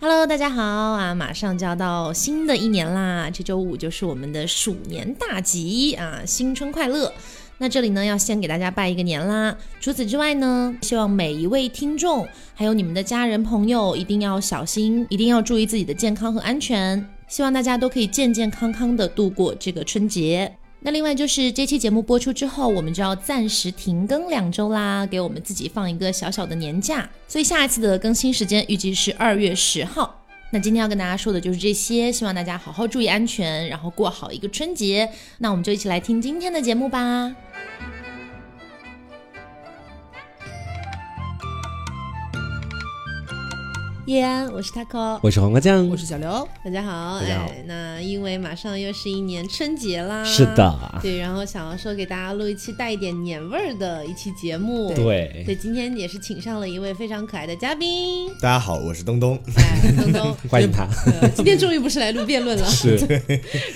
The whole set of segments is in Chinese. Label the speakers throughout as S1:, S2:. S1: Hello，大家好啊！马上就要到新的一年啦，这周五就是我们的鼠年大吉啊！新春快乐！那这里呢，要先给大家拜一个年啦。除此之外呢，希望每一位听众，还有你们的家人朋友，一定要小心，一定要注意自己的健康和安全。希望大家都可以健健康康的度过这个春节。那另外就是这期节目播出之后，我们就要暂时停更两周啦，给我们自己放一个小小的年假。所以下一次的更新时间预计是二月十号。那今天要跟大家说的就是这些，希望大家好好注意安全，然后过好一个春节。那我们就一起来听今天的节目吧。
S2: 叶安，我是 Taco。
S3: 我是黄瓜酱，
S4: 我是小刘，
S2: 大家好，
S3: 大家好
S2: 哎，那因为马上又是一年春节啦，
S3: 是，的，
S2: 对，然后想要说给大家录一期带一点年味儿的一期节目，
S3: 对，
S2: 对，今天也是请上了一位非常可爱的嘉宾，
S4: 大家好，我是东东。
S2: 哎，东东，
S3: 欢迎他，
S2: 呃今天终于不是来录辩 论了，
S3: 是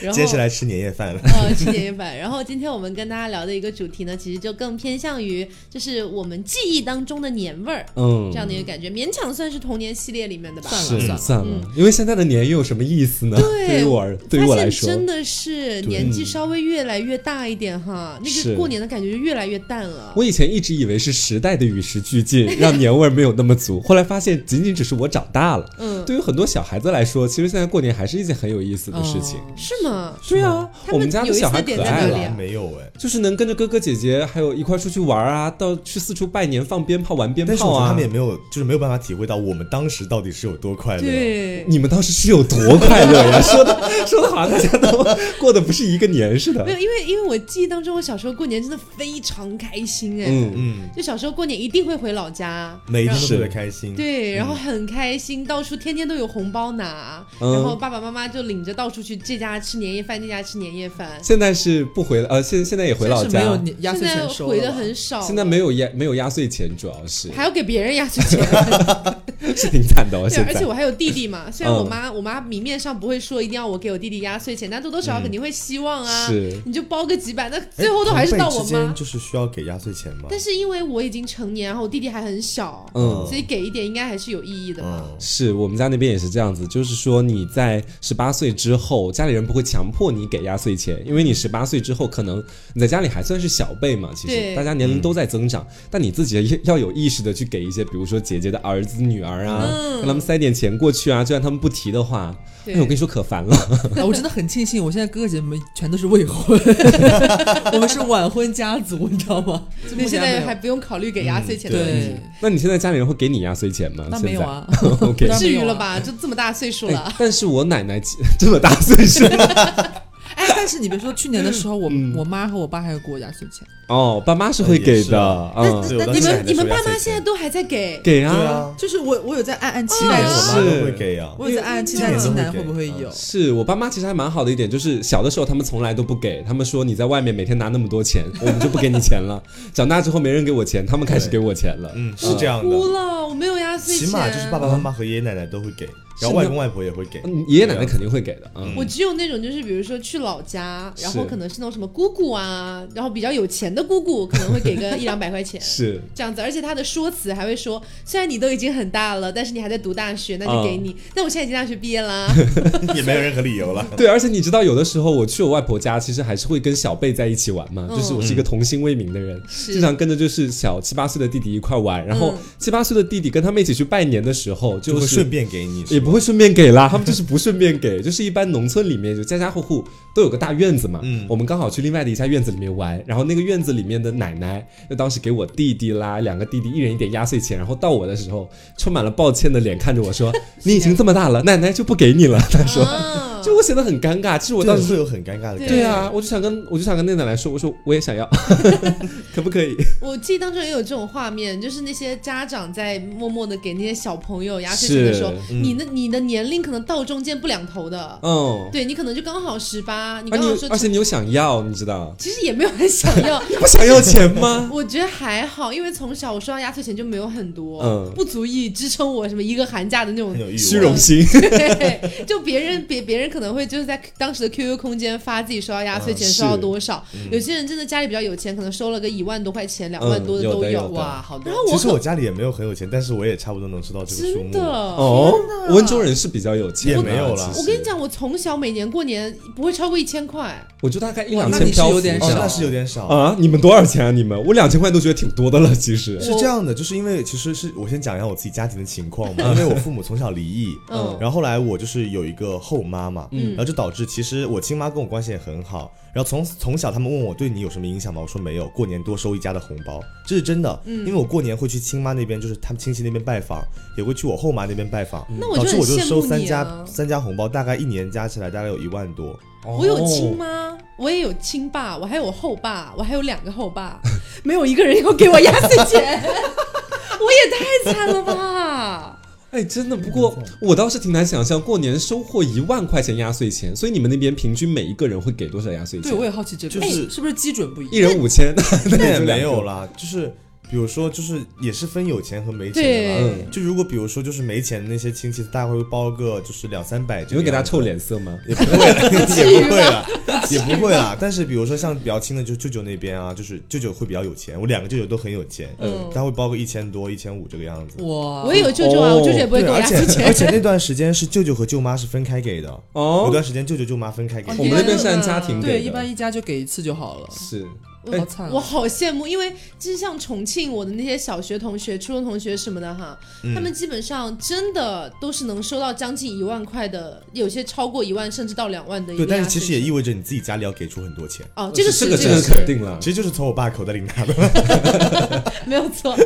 S2: 然后
S4: 接下来吃年夜饭了，
S2: 呃，吃年夜饭。然后今天我们跟大家聊的一个主题呢，其实就更偏向于就是我们记忆当中的年味儿、
S3: 嗯
S2: 这，样的一个感觉，勉强算是童年系列里面的吧。
S4: 算了
S3: 是算了，因为现在的年又有什么意思呢？
S2: 对
S3: 对于我而对于我
S2: 发
S3: 来
S2: 现
S3: 说，
S2: 真的是年纪稍微越来越大一点哈，那个
S3: 是
S2: 过年的感觉就越来越淡了。
S3: 我以前一直以为是时代的与时俱 进，让年味儿没有那么足，后来发现仅仅只是我长大了。
S2: 嗯，
S3: 对于很多小孩子来说，其实现在过年还是一件很有意思的事情。
S4: 哦
S2: 是吗？
S3: 对啊，
S2: 他们
S3: 我们家的小孩
S2: 有意思的点
S3: 可
S2: 在
S3: 爱
S2: 哪里
S3: 了
S2: 啊。
S4: 没有哎。
S3: 就是能跟着哥哥姐姐，还有一块出去玩啊，到去四处拜年、放鞭炮、玩鞭
S4: 但是
S3: 炮
S4: 我觉得他
S3: 啊
S4: 们。也没有，就是没有办法体会到我们当时到底是有多快乐。，
S2: 对，
S3: 你们当时是有多快乐呀？ 说的说的好像大家都过得不是一个年似的
S2: 没。有，因为因为我记忆当中，我小时候过年真的非常开心哎、
S3: 嗯，
S4: 嗯，
S2: 就小时候过年一定会回老家，
S4: 每一
S2: 然
S4: 天
S2: 后
S4: 都特别开心。哎
S2: 对，然后很开心，到处天天都有红包拿，
S3: 嗯
S2: 然后爸爸妈妈就领着到处去这家吃年夜饭，那家吃年夜饭。
S3: 现在是不回呃，现现在也回老
S4: 是没有
S3: 家，
S4: 年压
S2: 现
S4: 岁
S2: 在
S4: 钱收
S2: 回
S4: 了
S2: 的
S4: 吧
S2: 很少，
S3: 现在没，有压没有压岁钱，主要是
S2: 还要给别人压 岁钱。
S3: 是挺惨的哦。
S2: 对
S3: 现
S2: 啊，而
S3: 在
S2: 且我还有弟弟嘛，虽然
S3: 嗯
S2: 我妈我妈明面上不会说一定要我给我弟弟压岁钱，但多多少少肯定会希望啊，
S3: 是
S2: 你就包个几百，那
S4: 哎
S2: 最后都还是到我
S4: 嗯同辈之
S2: 妈
S4: 间。就是需要给压岁钱吗？
S2: 但是因为我已经成年，然后我弟弟还很小，
S3: 嗯
S2: 所以给一点应该还是有意义的吧。
S4: 嗯，
S3: 是我们家那边也是这样子，就是说你在十八岁之后，家里人不会强迫你给压岁钱，因为你十八岁之后，可能你在家里还算是小辈嘛，其
S2: 对
S3: 实大家年龄都在增长，但你自己也要有意识的去给一些，比如说姐姐的儿子、女儿啊，
S2: 嗯
S3: 让他们塞点钱过去啊，就让他们不提的话，哎，
S2: 对
S3: 我跟你说可烦了，
S5: 哎，我真的很 庆幸，我现在哥哥姐姐们全都是未婚， 我们是晚婚家族，你知道吗？就目
S2: 你现
S5: 前没
S2: 在
S5: 有
S2: 还不用考虑给压岁
S4: 嗯
S2: 钱的问题，
S5: 对，
S3: 那你现在家里人会给你压岁钱吗？
S5: 那
S3: 嗯现
S5: 没有
S3: 在
S5: 啊，
S3: OK
S5: 当然
S2: 至
S5: 没有
S2: 于了
S5: 啊？
S2: 吧？就这么大岁数
S3: 哎
S2: 了，
S3: 但是我奶奶这么大岁数
S5: 哎，但是你别说，去年的时候，我我妈和我爸还有给我压岁钱，
S3: 哦，爸妈是会给的啊、
S4: 哎也
S3: 嗯
S4: 是对我当
S2: 你
S4: 时奶
S2: 们
S4: 奶
S2: 你们
S4: 说压
S2: 爸
S4: 岁
S2: 妈现在
S4: 钱
S2: 都还在给，
S3: 给
S4: 对
S3: 啊。
S4: 啊，
S5: 就是我我有在暗暗期
S4: 今
S5: 待
S4: 年我
S5: 是，
S4: 妈都会给啊。
S5: 我有在暗暗期
S4: 今
S5: 待
S4: 年
S5: 今
S4: 都会
S5: 年
S4: 给
S5: 会不会有？
S3: 是我爸妈其实还蛮好的一点，就是小的时候他们从来都不给，他们说你在外面每天拿那么多钱，我们就不给你钱了。长大之后没人给我钱，他们开始给我钱了。
S4: 嗯，是这样
S2: 哭
S4: 的。
S2: 了，我没有压岁钱，
S4: 起码就是爸爸妈妈和爷爷奶奶都会给，
S2: 啊
S4: 然后外公外婆也会给。
S3: 嗯，爷爷奶奶肯定会给的。嗯，
S2: 我只有那种，就是比如说去老家，然后
S3: 是
S2: 可能是那种什么姑姑啊，然后比较有钱的姑姑，可能会给个一两百块钱，
S3: 是
S2: 这样子。而且他的说辞还会说，虽然你都已经很大了，但是你还在读大学，那就给你。但我现在已经大学毕业啦，
S4: 也没有任何理由了。
S3: 对，而且你知道，有的时候我去我外婆家，其实还是会跟小辈在一起玩嘛，
S2: 嗯
S3: 就是我是一个童心未泯的人，
S2: 是
S3: 经常跟着就是小七八岁的弟弟一块玩，然后
S2: 嗯
S3: 七八岁的弟弟跟他们一起去拜年的时候，就
S4: 就会
S3: 是
S4: 顺便给你，
S3: 也不会顺便给啦，他们就是不顺便给，就是一般农村里面就家家户户都有个大院子嘛，
S4: 嗯
S3: 我们刚好去另外的一家院子里面玩，然后那个院子里面的奶奶，那当时给我弟弟啦，两个弟弟一人一点压岁钱，然后到我的时候，充满了抱歉的脸看着我 说，你已经这么大了，奶奶就不给你了，他说，
S2: 啊，
S3: 就我显得很尴尬，其实我当
S4: 当
S3: 时
S4: 时。会有很尴尬的感
S3: 对
S4: 觉。
S3: 啊，我就想跟我就想跟那奶奶说，我说我也想要， 可不可以？
S2: 我记忆当中也有这种画面，就是那些家长在默默的给那些小朋友压岁钱的时候，
S4: 嗯
S2: 你的你的年龄可能到中间不两头的，
S3: 嗯，
S2: 对你可能就刚好十八，你
S3: 而
S2: 刚好
S3: 你
S2: 说
S3: 而且你有想要，你知道？
S2: 其实也没有很想要，
S3: 你不想要钱吗？
S2: 我觉得还好，因为从小我收到压岁钱就没有很多，
S3: 嗯
S2: 不足以支撑我什么一个寒假的那种
S4: 很有欲望啊
S3: 虚荣心，
S2: 对，就别人别别人人可能会就是在当时的 QQ 空间发自己收到压岁钱
S3: 嗯
S2: 收到
S3: 是
S2: 多少，有些人真的家里比较有钱，可能收了个一万多块钱、两万
S3: 嗯
S2: 多
S3: 有
S2: 都
S3: 的有的
S5: 啊
S2: 哇，好多。然
S4: 其实我家里也没有很有钱，但是我也差不多能收到这个数
S2: 啊真
S4: 目。
S2: 的，
S3: 哦，温州人是比较有钱的，
S4: 也没有了
S3: 其实
S2: 我跟你，讲，我从小每年过年不会超过一千块，
S3: 我就大概一
S5: 哇
S3: 两
S5: 那
S3: 千
S5: 你是
S3: 漂浮
S5: 有点
S4: 哦
S5: 少，
S4: 那是有点少。
S3: 啊！你们多少钱啊？你们我两千块都觉得挺多的了，其 实。
S4: 是这样的，就是因为其实是我先讲一下我自己家庭的情况嘛，因为我父母从小离异，
S2: 嗯
S4: 然后后来我就是有一个后妈嘛，然后就导致其实我亲妈跟我关系也很好，然后从从小他们问我对你有什么影响吗？我说没有，过年多收一家的红包，这是真的，
S2: 嗯
S4: 因为我过年会去亲妈那边，就是他们亲戚那边拜访，也会去我后妈那边拜访，
S2: 那我
S4: 导
S2: 就
S4: 致
S2: 很
S4: 我就
S2: 羡
S4: 收
S2: 慕
S4: 三
S2: 你
S4: 家、
S2: 啊。
S4: 三家红包，大概一年加起来大概有一万多，
S2: 我有亲
S3: 吗？
S4: 哦
S2: 妈，我也有亲爸，我还有后爸，我还有两个后 爸，没有一个人要给我压岁钱，我也太惨了吧！
S3: 哎，真的，不过我倒是挺难想象过年收获一万块钱压岁钱，所以你们那边平均每一个人会给多少压岁钱？
S5: 对我也好奇这个，
S4: 就是
S5: 哎是不是基准不一
S3: 一
S5: 样？
S3: 人五千，
S4: 那就
S3: 两
S4: 没
S3: 个
S4: 有啦，就是。比如说，就是也是分有钱和没钱的嘛
S2: 对，
S3: 嗯
S4: 就如果比如说就是没钱的那些亲戚，大概会包个就是两三百这
S3: 你会给
S4: 个样子，
S3: 他臭脸色吗？
S4: 也不会，也不会啦，也不会啦。但是比如说像比较亲的，就舅舅那边啊，就是舅舅会比较有钱，我两个舅舅都很有钱，
S2: 嗯
S4: 他会包个一千多、一千五这个样子。
S5: 哇，
S2: 我也有舅舅啊，
S3: 哦
S2: 我舅舅也不会
S4: 对，
S2: 给我
S4: 而
S2: 压
S4: 且
S2: 岁钱。
S4: 而且那段时间是舅舅和舅妈是分开给的，有
S3: 哦，
S4: 段时间舅舅舅妈分开给
S5: 哦
S3: 我
S4: 的。
S3: 们那边是按家庭给的，
S5: 对，一般一家就给一次就好了。
S3: 是
S5: 好惨啊，
S2: 我好羡慕，因为就是像重庆，我的那些小学同学、初中同学什么的哈，
S4: 嗯
S2: 他们基本上真的都是能收到将近一万块的，有些超过一万甚至到两万的一个
S4: 对，但
S2: 压岁钱。
S4: 是其实也呃意味着你自己家里要给出很多钱，
S3: 嗯
S2: 哦，这个
S3: 这
S2: 是
S3: 个
S2: 这
S3: 这
S2: 个
S3: 个
S2: 是
S3: 肯定了
S4: 其。实就是从我爸口袋里拿的。
S2: 没有错。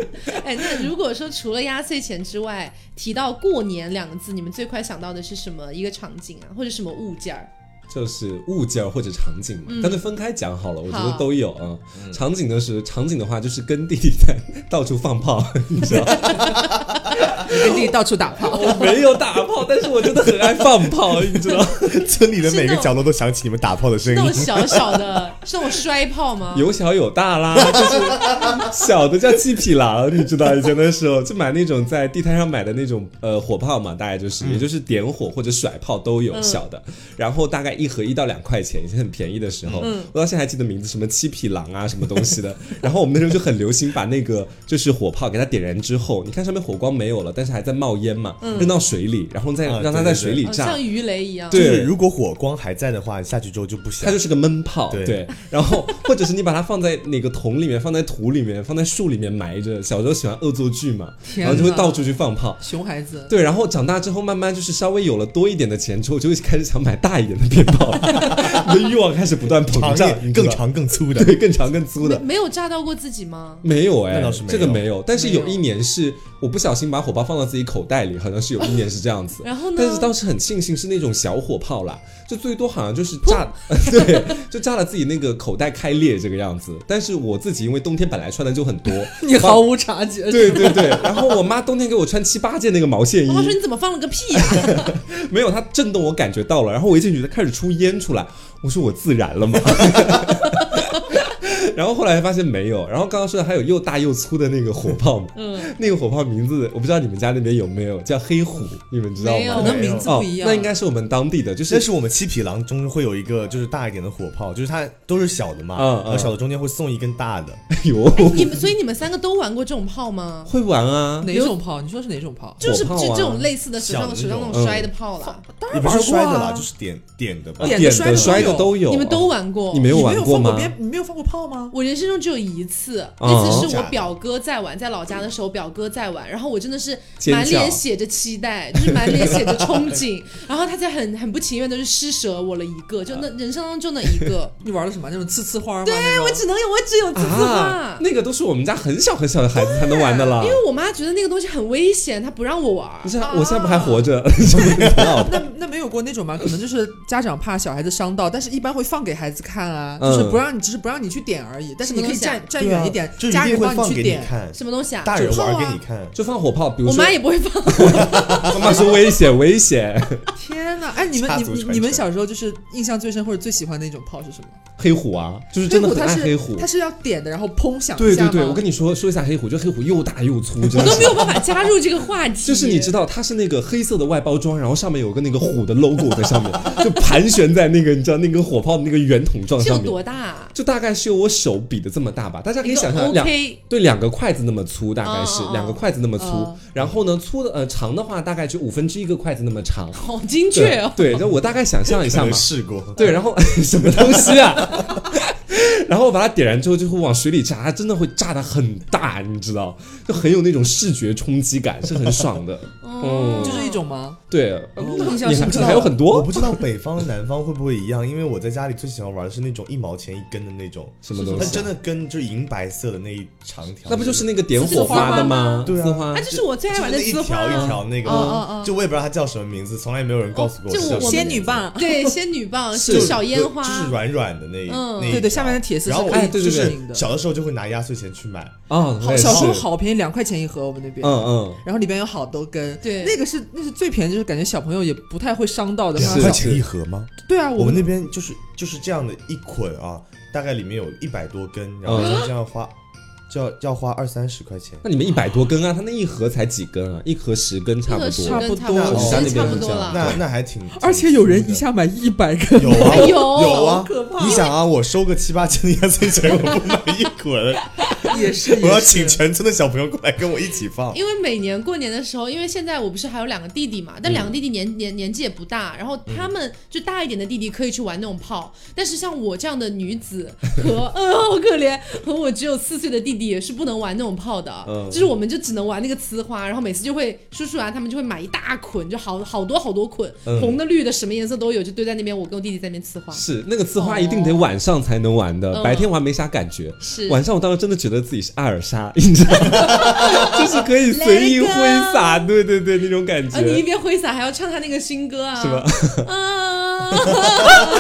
S2: 哎，那如果说除了压岁钱之外，提到过年两个字，你们最快想到的是什么一个场景啊，或者什么物件儿？
S3: 就是物件儿或者场景嘛，干脆分开讲好了，我觉得
S2: 嗯好
S3: 都有啊。场景的是场景的话，就是跟弟弟在 到处放炮，你知 道，
S5: 跟弟弟到处打炮。
S3: 我没有打炮，但是我真的很爱放炮，你知道，
S4: 村里的每个角落都响起你们打炮的声
S2: 那种
S4: 音。
S2: 小小的， 是那种摔炮吗？
S3: 有小有大啦，就是小的叫七匹狼，你知道，以前的时候就买那种在地摊上买的那种呃火炮嘛，大概就是，
S2: 嗯
S3: 也就是点火或者甩炮都有小的，然后大概一盒一到两块钱，以前很便宜的时候，
S2: 嗯
S3: 我到现在还记得名字，什么七匹狼啊，什么东西的。然后我们那时候就很流行把那个就是火炮给它点燃之后，你看上面火光没有了，但是还在冒烟嘛，扔到水里，然后再
S4: 啊
S3: 让它
S4: 对
S3: 在
S4: 对
S3: 水
S4: 对
S3: 里
S2: 嗯哦
S3: 炸。
S2: 像鱼雷一样。
S3: 对
S4: 就是如果火光还在的话，下去之后就不响
S3: 它就。是个闷炮，
S4: 对
S3: 然后或者是你把它放在哪个桶里面，放在土里面，放在树里面埋着。小时候喜欢恶作剧嘛，
S5: 天
S3: 然后就会
S5: 哪
S3: 到处去放炮。
S5: 熊孩子，
S3: 对，然后长大之后，慢慢就是稍微有了多一点的钱之后，就会开始想买大一点的鞭 炮，你的欲望开始不断膨
S4: 长
S3: 胀，
S4: 一
S3: 你知道
S4: 更，长更粗的，
S3: 对，更长更粗
S2: 没
S3: 的。
S2: 没有炸到过自己吗？
S3: 没有哎、
S4: 那倒是没有
S3: 这个没有，但是有
S2: 没有。
S3: 一年是我不小心把火炮放到自己口袋里，好像是有一年是这样子
S2: 然后呢
S3: 但是当时很庆幸是那种小火炮啦，就最多好像就是炸， 对，就炸了自己那个口袋开裂这个样子。但是我自己因为冬天本来穿的就很 多，
S5: 你毫无察觉。
S3: 对对对，然后我妈冬天给我穿七八件那个毛线衣
S2: 妈，妈说你怎么放了个屁呀、
S3: 没有她震动我感觉到了，然后我一进去她开始出烟出来，我说我自燃了吗？ 然后后来发现没有，然后刚刚说的还有又大又粗的那个火炮嘛，
S2: 嗯，
S3: 那个火炮名字我不知道你们家那边有没有，叫黑虎，你 们知道
S2: 没有
S3: 吗？
S5: 可能名字
S3: 哦
S5: 不一，样。
S3: 那应该是我们当地的，就
S4: 但
S3: 是
S4: 是我们七匹狼中会有一个就是大一点的火炮，就是它都是小的嘛，
S3: 嗯嗯
S4: 然后小的中间会送一根大的，
S3: 哎呦，
S2: 你们所以你们三个都玩过这种炮吗？
S3: 会玩啊，
S5: 哪种炮？你说是哪种炮？
S2: 就是
S3: 火炮
S2: 就
S3: 啊
S2: 这种类似的手
S4: 小
S2: 上
S4: 的
S2: 手上那
S4: 那
S2: 种
S3: 种嗯
S2: 摔的炮啦，
S4: 也不是摔的
S5: 玩过
S4: 啦，
S5: 啊
S4: 就是点点的吧
S3: 啊。
S5: 点
S3: 的、
S5: 的摔的
S3: 摔的
S5: 都
S3: 都有，
S2: 你们都玩过
S3: 你。没有哦
S5: 你
S3: 玩
S5: 没有
S3: 过
S5: 放过
S3: 吗？
S5: 鞭，你没有放过炮吗？
S2: 我人生中只有一次，
S3: 哦
S2: 那次是我
S4: 假的
S2: 表哥在玩，在老家的时候，表哥在玩，然后我真的是
S3: 尖
S2: 满
S3: 叫
S2: 脸写着期待，就是满脸写着憧憬， 然后他才很很不情愿的就施舍我了一个，就那人生当中就那一个，
S5: 你玩了什么？那种刺刺花吗？对，啊
S2: 我只能有我只有这次
S3: 啊
S2: 花，，
S3: 那个都是我们家很小很小的孩子才能玩的啦
S2: 因。为我妈觉得那个东西很危险，她不让我玩。
S3: 你现在我现在不还活着？是不是很好
S5: 那那没有过那种吗？可能就是家长怕小孩子伤到，但是一般会放给孩子看啊，
S3: 嗯
S5: 就是不让你，只是不让你去点而已。但是你可以
S2: 什么东西啊
S5: 站站
S4: 对啊
S5: 远一点，
S4: 就一
S5: 家
S4: 定
S5: 人
S4: 会
S5: 帮
S4: 放
S5: 去
S4: 给你
S5: 点。
S4: 看，
S2: 什么东西啊？
S4: 大人
S2: 手
S4: 玩
S2: 炮啊
S4: 给你看。
S3: 就放火炮，比如
S2: 我
S3: 说
S2: 妈也不会放，
S3: 妈妈说危险危险，
S5: 天哪！哎，哎，你们
S4: 家
S5: 你
S4: 族
S5: 你
S4: 传
S5: 你们
S4: 承
S5: 小时候就是印象最深或者最喜欢的一种炮是什么？
S3: 黑虎啊，就是真的很
S5: 它
S3: 爱
S5: 是
S3: 黑虎
S5: 它。是要点的，然后砰响一
S3: 对对
S5: 下吗？
S3: 对，我跟你说说一下黑虎，就黑虎又大又 粗，真的
S2: 我都
S3: 是
S2: 没。有办法加入这个话题。
S3: 就是你知道它是那个黑色的外包装，然后上面有个那个虎的 logo 在上面，就盘旋在那个你知道那个火炮的那个圆筒状
S2: 这有
S3: 上面，
S2: 多大、啊？
S3: 就大概是有我手比的这么大吧，大家可以
S2: 一个
S3: 想象两
S2: OK
S3: 对两个筷子那么粗，大概是
S2: 哦哦哦
S3: 两个筷子那么粗
S2: 哦，
S3: 然后呢粗的呃长的话大概就五分之一个筷子那么长，
S2: 好精确
S3: 对
S2: 哦。
S3: 对，就我大概想象一下
S4: 可
S3: 嘛
S4: 能，试过，
S3: 对，然后什么东西啊？ 然后把它点燃之后，就会往水里炸，它真的会炸得很大，你知道，就很有那种视觉冲击感，是很爽的。
S2: 哦
S3: 嗯
S5: 就是一种吗？
S3: 对，那
S5: 印象
S3: 你
S5: 深
S3: 还
S5: 刻
S3: 你还有很
S4: 我
S3: 多
S4: 不知道北方南方会不会一样，因为我在家里最喜欢玩的是那种一毛钱一根的那种，
S3: 什么东
S4: 它
S3: 西
S4: 真
S3: 啊？
S4: 的跟就是银白色的那一长条，
S3: 那不就是那个点火的吗？哎
S4: 对啊
S3: 丝花
S2: 啊，这是我最爱玩的
S4: 就是
S2: 丝
S4: 那一
S2: 花
S4: 条一
S2: 啊。
S4: 条那个，
S2: 哦哦哦
S4: 就我也不知道它叫什么名字，从来没有人告诉
S2: 哦
S4: 过我
S2: 这
S4: 是叫什么名字。
S2: 我
S5: 仙女棒，
S2: 对，仙女棒
S4: 就
S2: 小烟花，
S4: 就是软软的那一
S2: 嗯
S4: 那一
S5: 对对，
S4: 条
S5: 下面的铁丝
S4: 然后
S5: 是
S4: 我
S5: 可以
S3: 哎对对
S5: 支
S3: 对
S5: 撑的。
S4: 小的时候就会拿压岁钱去买，
S3: 啊，我
S5: 好，
S3: 也
S5: 小时候
S3: 是
S5: 好便宜，两块钱一盒，我们那边。
S3: 嗯嗯，
S5: 然后里边有好多根，
S2: 对
S5: 那个是那是最便宜，就是感觉小朋友也不太会伤到的。
S3: 是
S5: 妈
S4: 两
S5: 小
S4: 块钱一盒吗？
S5: 对啊，
S4: 我
S5: 我
S4: 们那边就是就是这样的一捆啊，大概里面有一百多根，然后
S3: 嗯
S4: 就这样花，就要要花二三十块钱。
S3: 那你们一百多根啊，它那一盒才几根啊？一盒十根差
S2: 一
S3: 不
S2: 盒十
S3: 多。
S2: 根差
S5: 差不
S2: 不
S5: 多
S2: 多，
S3: 我们家那边
S2: 差不
S3: 是
S2: 多
S3: 这样
S2: 了。
S4: 那那还挺，挺
S5: 而且有人
S4: 挺
S5: 一下买一百
S4: 那
S5: 根，
S4: 个有啊
S2: 有
S4: 有啊，
S5: 可怕
S4: 你想啊，我收个七八千的压岁钱，我不买一捆，
S5: 也是
S4: 我要
S5: 也
S4: 请
S5: 是。
S4: 全村的小朋友过来跟我一起放。
S2: 因为每年过年的时候，因为现在我不是还有两个弟弟嘛，但两个弟弟年、年年纪也不大，然后他们就大一点的弟弟可以去玩那种炮，但是像我这样的女子和 嗯、呃、好可怜，和我只有四岁的弟弟也是不能玩那种炮的，
S3: 嗯
S2: 就是我们就只能玩那个呲花，然后每次就会叔叔啊他们就会买一大捆，就好好多好多捆，
S3: 嗯
S2: 红的绿的什么颜色都有，就堆在那边，我跟我弟弟在那边呲花，
S3: 是那个呲花一定得晚上才能玩的，
S2: 哦
S3: 白天玩没啥感觉。
S2: 是
S3: 晚上我当时真的觉得自己是阿尔莎， 你知道吗？ 就是可以随意挥洒，对对对，那种感
S2: 啊，你一
S3: 觉。
S2: 边挥洒还要唱他那个新歌啊，
S3: 是吧？
S2: 啊，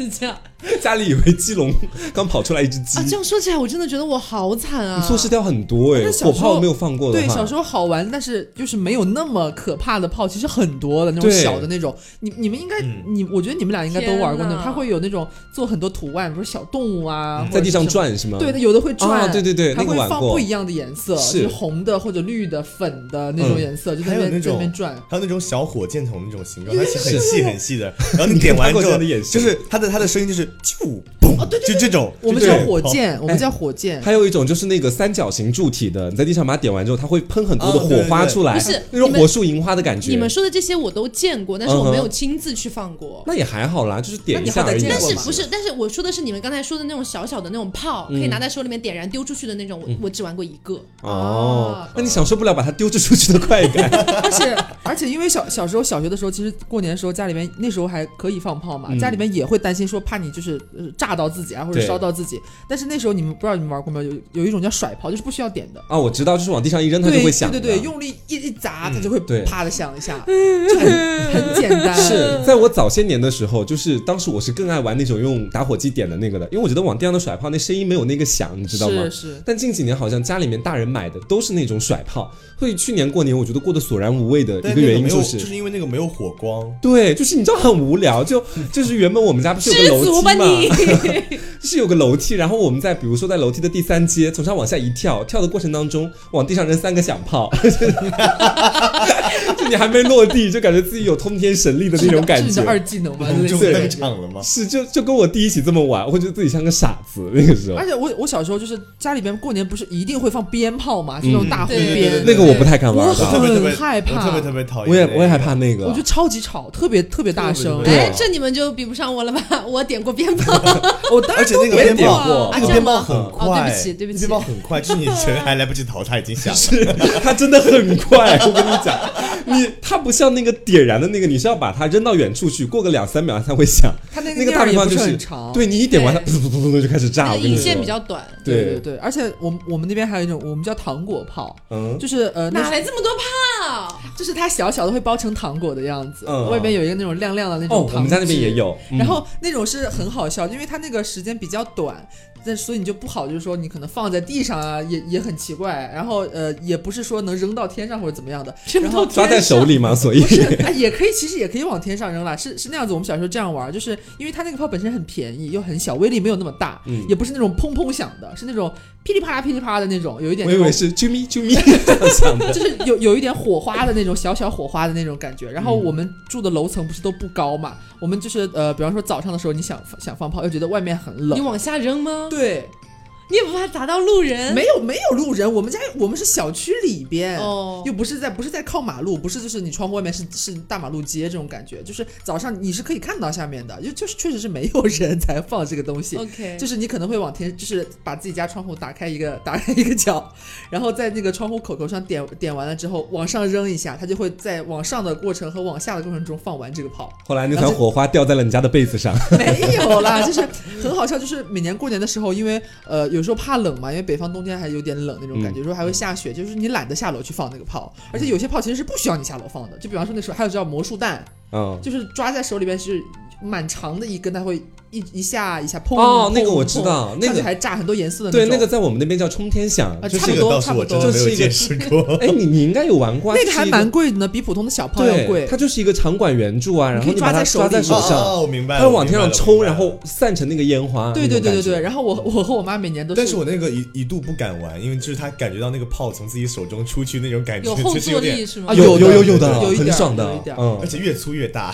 S2: 是这样啊！
S3: 家里以为鸡笼刚跑出来一只鸡，
S5: 啊
S2: 这样说起来，我真的觉得我好惨啊！
S3: 你错失掉很多哎、
S5: 但啊小
S3: 火
S5: 时候
S3: 炮没有放过的
S5: 对，
S3: 话，
S5: 小时候好玩，但是就是没有那么可怕的炮，其实很多的那种
S3: 对
S5: 小的那种。你你们应该，
S4: 嗯
S5: 你我觉得你们俩应该都玩过
S2: 天
S5: 那种，
S2: 哪
S5: 它会有那种做很多图案，比如小动物啊，或者
S3: 嗯在地上
S5: 是什么。
S3: 转是吗？
S5: 对，它有的会转，
S3: 啊对对对
S5: 它
S3: 那
S5: 会
S3: 个玩
S5: 放
S3: 过
S5: 不一样的颜色，
S3: 是
S5: 就红的或者绿的、粉的那种
S3: 嗯
S5: 颜色，就在
S4: 还有
S5: 那
S4: 那
S5: 边在那
S4: 种
S5: 边转。
S4: 还有那种小火箭筒那种形状，它是很
S3: 是
S4: 细很细的。然后你点完
S3: 你看
S4: 之
S3: 过这
S4: 后
S3: 样的眼，神
S4: 就是它的它的声音就是啾嘣，就这种。
S5: 我们
S3: 对
S5: 叫火
S3: 哦
S5: 箭，我们叫火箭，
S3: 还有一种就是那个三角形柱体的，你在地上把它点完之后，它会喷很多的
S4: 哦
S3: 火
S4: 对
S3: 花
S4: 对对
S3: 出来，
S2: 不是
S3: 那种
S2: 你们
S3: 火树银花的感觉。
S2: 你们说的这些我都见过，但
S3: 嗯
S2: 是
S3: 哼
S2: 我没有亲自去放过。
S3: 那也还好啦，就是点一下
S5: 那
S3: 而
S5: 你
S3: 已
S5: 好歹
S3: 嘛。
S2: 但
S5: 见过
S2: 是
S5: 吗
S2: 不是？但是我说的是你们刚才说的那种小小的那种炮，可以拿在手里面点燃丢出去的那种，我我只玩过一个。
S3: 哦，那你享受不了把它丢掷出去的快感。
S5: 而且而且因为小小时候小学的时候，其实过年的时候家里面那时候还可以放炮嘛，
S3: 嗯
S5: 家里面也会担心说怕你就是、呃、炸到自己啊或者
S3: 对
S5: 烧到自己。但是那时候你们不知道你们玩过没有，有有一种叫甩炮，就是不需要点的。
S3: 啊，我知道，就是往地上一扔，它
S5: 对
S3: 就会响的。嗯
S5: 对对对，用力一一砸，它就会
S3: 对
S5: 啪的响 一下，就很很简单。
S3: 是在我早些年的时候，就是当时我是更爱玩那种用打火机点的那个的，因为我觉得往地上的甩炮那声音没有那个响，你知道吗？
S5: 是是
S3: 但近几年好像家里面大人买的都是那种甩炮，所以去年过年我觉得过得索然无味的
S4: 但
S3: 一个原因
S4: 那没有
S3: 就
S4: 就是
S3: 是。
S4: 因为那个没有火光，
S3: 对，就是你知道很无聊， 就就是原本我们家不是有个
S2: 知足
S3: 楼
S2: 吧
S3: 梯
S2: 你
S3: 嘛， 就是有个楼梯，然后我们在比如说在楼梯的第三阶从上往下一跳，跳的过程当中往地上扔三个响炮， 就你还没落地，就感觉自己有通天神力的那种感
S5: 这是
S3: 觉
S5: 你的。二技能吗？
S4: 我们
S5: 类
S4: 就
S5: 似的
S4: 登
S5: 感觉
S4: 场了吗？
S3: 是，就就跟我弟一起这么玩，我觉得自己像个傻子那个时候
S5: 而。且我我小时候就是家里边过年不是一定会放鞭炮嘛，是那种
S3: 嗯
S5: 大
S2: 对
S5: 红
S2: 对对，
S5: 鞭
S3: 那个 我不太敢玩
S5: 我
S4: 我特
S3: 的，
S4: 别特别
S5: 很害怕
S4: 我特别特别讨厌。
S3: 我也我也害怕。那
S5: 哎我
S3: 个
S5: 觉得。超级吵，特别特别大声。
S4: 对
S2: 哎，这你们就比不上我了吧？我点过鞭炮，
S5: 我当
S4: 而
S5: 然
S4: 且那个
S3: 我也
S4: 鞭
S3: 点
S4: 炮
S3: 过，
S4: 那个
S2: 啊
S4: 鞭炮
S2: 这样吗
S4: 很快，
S2: 哦对不起对不起
S4: 那鞭炮很快，就是你人还来不及逃，它已经响了。
S3: 是， 它真的很快，我跟你讲，你它不像那个点燃的那个，你是要把它扔到远处去，过个两三秒它才会响。
S5: 它那个
S3: 那个
S5: 面
S3: 大
S5: 儿
S3: 鞭
S5: 也
S3: 炮
S5: 不
S3: 就是是
S5: 很长，
S3: 对你一点完它
S2: 对
S3: 噗噗噗噗就开始炸，
S2: 那
S3: 我
S2: 个
S3: 跟你
S2: 引
S3: 说
S2: 线比较短，
S5: 对对
S3: 对，
S5: 对，而且我们我们那边还有一种我们叫糖果炮，
S3: 嗯，
S5: 就是呃，那
S2: 哪
S5: 是
S2: 来这么多炮？
S5: 就是它小小的会包成糖果的样子，
S3: 嗯
S5: 外边有一个那种亮亮的那
S3: 哦
S5: 种糖、，
S3: 我们家那边也。有，嗯
S5: 然后那种是很好笑，因为它那个时间比较短，但所以你就不好，就是说你可能放在地上啊，也也很奇怪。然后呃，也不是说能扔到天上或者怎么样的，然后
S3: 抓在手里嘛，所以
S5: 不是，哎，也可以，其实也可以往天上扔啦。是是那样子，我们小时候这样玩，就是因为它那个炮本身很便宜又很小，威力没有那么大，
S3: 嗯
S5: 也不是那种砰砰响的，是那种噼里啪啦噼里啪啦的那种，有一点
S3: 我
S5: 那
S3: 以
S5: 种
S3: 为是啾咪啾咪 这样想的。
S5: 就是有有一点火花的那种小小火花的那种感觉。然后我们住的楼层不是都不高嘛，我们就是呃，比方说早上的时候你想想放炮，又觉得外面很
S2: 你
S5: 冷，
S2: 往下扔吗？
S5: 对，
S2: 你也不怕砸到路人？
S5: 没有没有路人，我们家我们是小区里边。
S2: 哦，
S5: 又不是在不是在靠马路，不是就是你窗户外面是是大马路街这种感觉，就是早上你是可以看到下面的，就就是确实是没有人才放这个东西。
S2: OK，
S5: 就是你可能会往天，就是把自己家窗户打开一个，打开一个角，然后在那个窗户口口上点点完了之后，往上扔一下，它就会在往上的过程和往下的过程中放完这个炮。
S3: 后来那团火花掉在了你家的被子上，
S5: 没有啦，就是很好笑，就是每年过年的时候，因为呃有时候怕冷嘛，因为北方冬天还有点冷那种
S3: 嗯
S5: 感觉，有时候还会下雪，就是你懒得下楼去放那个炮，而且有些炮其实是不需要你下楼放的，就比方说那时候还有叫魔术弹，
S3: 嗯，
S5: 就是抓在手里边是蛮长的一根，它会一一下一下砰。
S3: 哦
S5: 砰
S3: 那个我
S5: 砰
S3: 知道那
S5: 上去
S3: 个
S5: 还炸很多颜色的
S3: 对，
S5: 种
S3: 那个在我们那边叫冲天响，
S5: 啊
S3: 就
S5: 差
S3: 是
S4: 这
S5: 不
S3: 一
S4: 个
S3: 个。
S5: 多
S4: 倒是我真的没有见识过。
S3: 哎，你你应该有玩过啊，
S5: 那
S3: 就
S5: 个
S3: 是
S5: 还
S3: 一个
S5: 蛮贵的呢，比普通的小炮要
S3: 对，
S5: 贵
S3: 它。就是一个长管圆柱啊，然后
S5: 可以
S3: 你把
S5: 抓
S3: 它
S5: 在手
S3: 抓在
S5: 里
S3: 手
S4: 哦
S3: 上，
S4: 哦，我明白
S3: 它
S4: 了。
S3: 会往天
S4: 我
S3: 上
S4: 明白了
S3: 抽，
S4: 我明白了
S3: 然后散成那个烟花。
S5: 对对对对对，
S3: 那种感觉。
S5: 然后我我和我妈每年都
S4: 但是我那个一一度不敢玩，因为就是他感觉到那个炮从自己手中出去那种感觉，
S2: 有后
S4: 就是有
S2: 坐
S4: 点，
S2: 力是吗
S5: 啊？
S3: 有
S5: 有
S3: 有
S4: 有
S3: 的，
S5: 有一
S3: 很
S5: 点儿
S3: 爽
S5: 有一
S3: 的
S5: 点，儿
S3: 嗯
S4: 而，且越粗越大。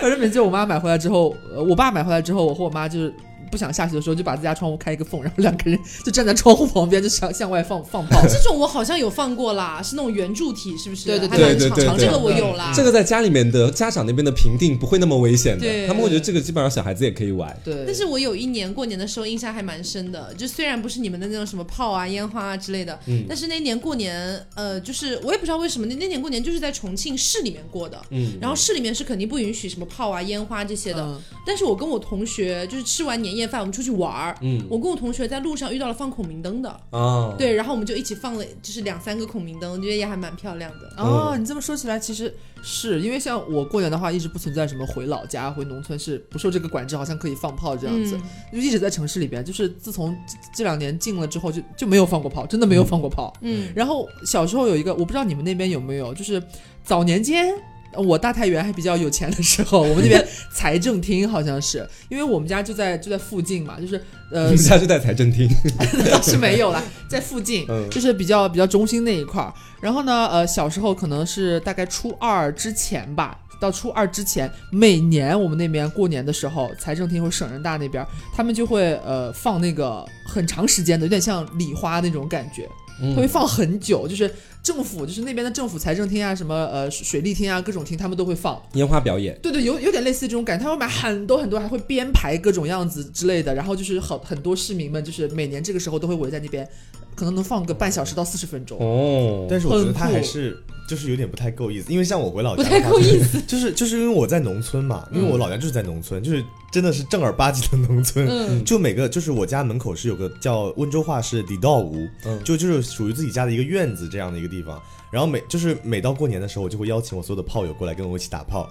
S5: 反正每次我妈买回来之后，呃，我爸买回来之后，我和我妈就是不想下去的时候，就把自家窗户开一个缝，然后两个人就站在窗户旁边，就向向外放放炮。
S2: 这种我好像有放过啦，是那种圆柱体，是不是？
S5: 对对
S2: 还
S3: 对
S2: 蛮
S3: 对
S2: 长
S3: 对
S2: 长
S3: 对
S2: 这个我有啦。
S3: 这个在家里面的家长那边的评定不会那么危险的，
S2: 对
S3: 他们会觉得这个基本上小孩子也可以玩。
S5: 对，
S2: 但是我有一年过年的时候印象还蛮深的，就虽然不是你们的那种什么炮啊、烟花啊之类的，
S3: 嗯
S2: 但是那年过年，呃，就是我也不知道为什么那那年过年就是在重庆市里面过的，
S3: 嗯，
S2: 然后市里面是肯定不允许什么炮啊、烟花这些的。
S5: 嗯
S2: 但是我跟我同学就是吃完年夜饭，我们出去玩儿，
S3: 嗯
S2: 我跟我同学在路上遇到了放孔明灯的，
S3: 啊，
S2: 对，然后我们就一起放了就是两三个孔明灯，我觉得也还蛮漂亮的。
S5: 哦，
S3: 嗯
S5: 你这么说起来，其实是因为像我过年的话，一直不存在什么回老家、回农村是不受这个管制，好像可以放炮这样
S2: 嗯
S5: 子，就一直在城市里边。就是自从这这两年进了之后就，就没有放过炮，真的没有放过炮。
S2: 嗯，
S5: 然后小时候有一个，我不知道你们那边有没有，就是早年间。我大太原还比较有钱的时候，我们 那边财政厅好像是，因为我们家就在就在附近嘛，就是
S3: 我
S5: 呃
S3: 们家就在财政厅，
S5: 倒是没有啦，在附近，
S3: 嗯
S5: 就是比较比较中心那一块儿。然后呢，呃，小时候可能是大概初二之前吧，到初二之前，每年我们那边过年的时候，财政厅或省人大那边儿，他们就会呃放那个很长时间的，有点像礼花那种感觉，
S3: 嗯
S5: 它会放很久，就是政府就是那边的政府财政厅啊，什么呃水利厅啊，各种厅他们都会放。
S3: 烟花表演，
S5: 对对，有有点类似这种感觉，他会买很多很多，还会编排各种样子之类的。然后就是好很多市民们，就是每年这个时候都会围在那边，可能能放个半小时到四十分钟。
S3: 哦，
S4: 但是我觉得
S5: 很
S4: 他
S5: 酷
S4: 还是就是有点不太够意思，因为像我回老
S2: 不
S4: 家的
S2: 太
S4: 话
S2: 够 意思。嗯
S4: 就是就是因为我在农村嘛，因为我老家就是在农村，就是真的是正儿八经的农村。
S2: 嗯
S4: 就每个就是我家门口是有个叫温州话是李道屋，
S3: 嗯
S4: 就就是属于自己家的一个院子这样的一个地方。然后每就是每到过年的时候，我就会邀请我所有的炮友过来跟我一起打 炮，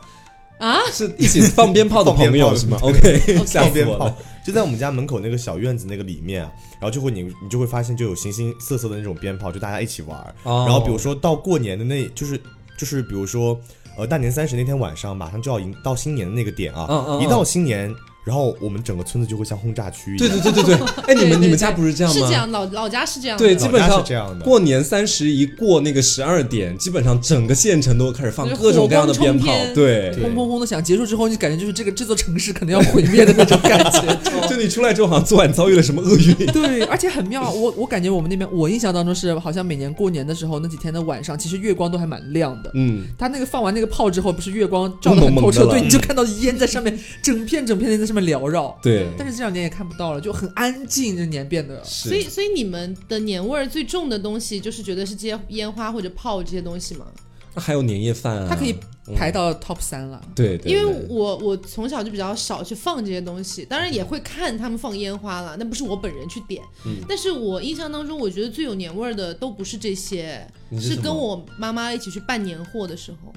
S2: 啊，
S3: 是一起放鞭炮的朋友是吗
S4: 放
S3: ？OK，吓
S4: 放
S3: 死
S4: 鞭
S3: 我
S4: 炮
S3: 了。，
S4: 就在我们家门口那个小院子那个里面，啊然后就会你你就会发现就有形形色色的那种鞭炮，就大家一起玩儿。
S3: 哦
S4: 然后比如说到过年的那，就是就是比如说呃大年三十那天晚上，马上就要迎到新年的那个点啊，
S3: 嗯嗯嗯
S4: 一到新年，然后我们整个村子就会像轰炸区一
S3: 对
S4: 样，
S3: 对对 对对，哎，你
S2: 对对
S3: 们你们
S2: 对
S3: 家不是这样
S2: 是
S3: 吗？
S2: 这样，老老家是这样的。
S3: 对，基
S4: 老
S3: 本
S4: 家
S3: 上
S4: 是这样的
S3: 过年三十一过那个十二点，基本上整个县城都开始放
S2: 就是
S3: 各种
S2: 火
S3: 各样的
S2: 光
S3: 鞭
S2: 冲
S3: 炮，
S2: 天
S3: 对，
S4: 对
S5: 轰轰轰的响，结束之后，你感觉就是这个这座城市可能要毁灭的那种感觉。
S3: 就你出来之后好像昨晚遭遇了什么厄运。
S5: 对，而且很妙，啊 我我感觉我们那边，我印象当中是好像每年过年的时候那几天的晚上，其实月光都还蛮亮的。
S3: 嗯，
S5: 他那个放完那个炮之后，不是月光照得
S3: 蒙
S5: 很
S3: 蒙
S5: 透
S3: 的
S5: 彻，
S3: 了
S5: 对，你就看到烟在上面整片整片的在上面缭绕。
S3: 对，
S5: 但是这两年也看不到了，就很安静，这年变得。
S3: 是
S2: 所以，所以你们的年味儿最重的东西，就是觉得是接烟花或者炮这些东西吗？
S3: 还有年夜饭啊，
S5: 它可以
S3: 嗯
S5: 排到 top 三了。
S3: 对，对
S2: 因为
S3: 对
S2: 我我从小就比较少去放这些东西，当然也会看他们放烟花了，那不是我本人去点。
S3: 嗯
S2: 但是我印象当中，我觉得最有年味儿的都不是这些，
S3: 你是
S2: 是
S3: 什
S2: 跟
S3: 么
S2: 我妈妈一起去办年货的时候。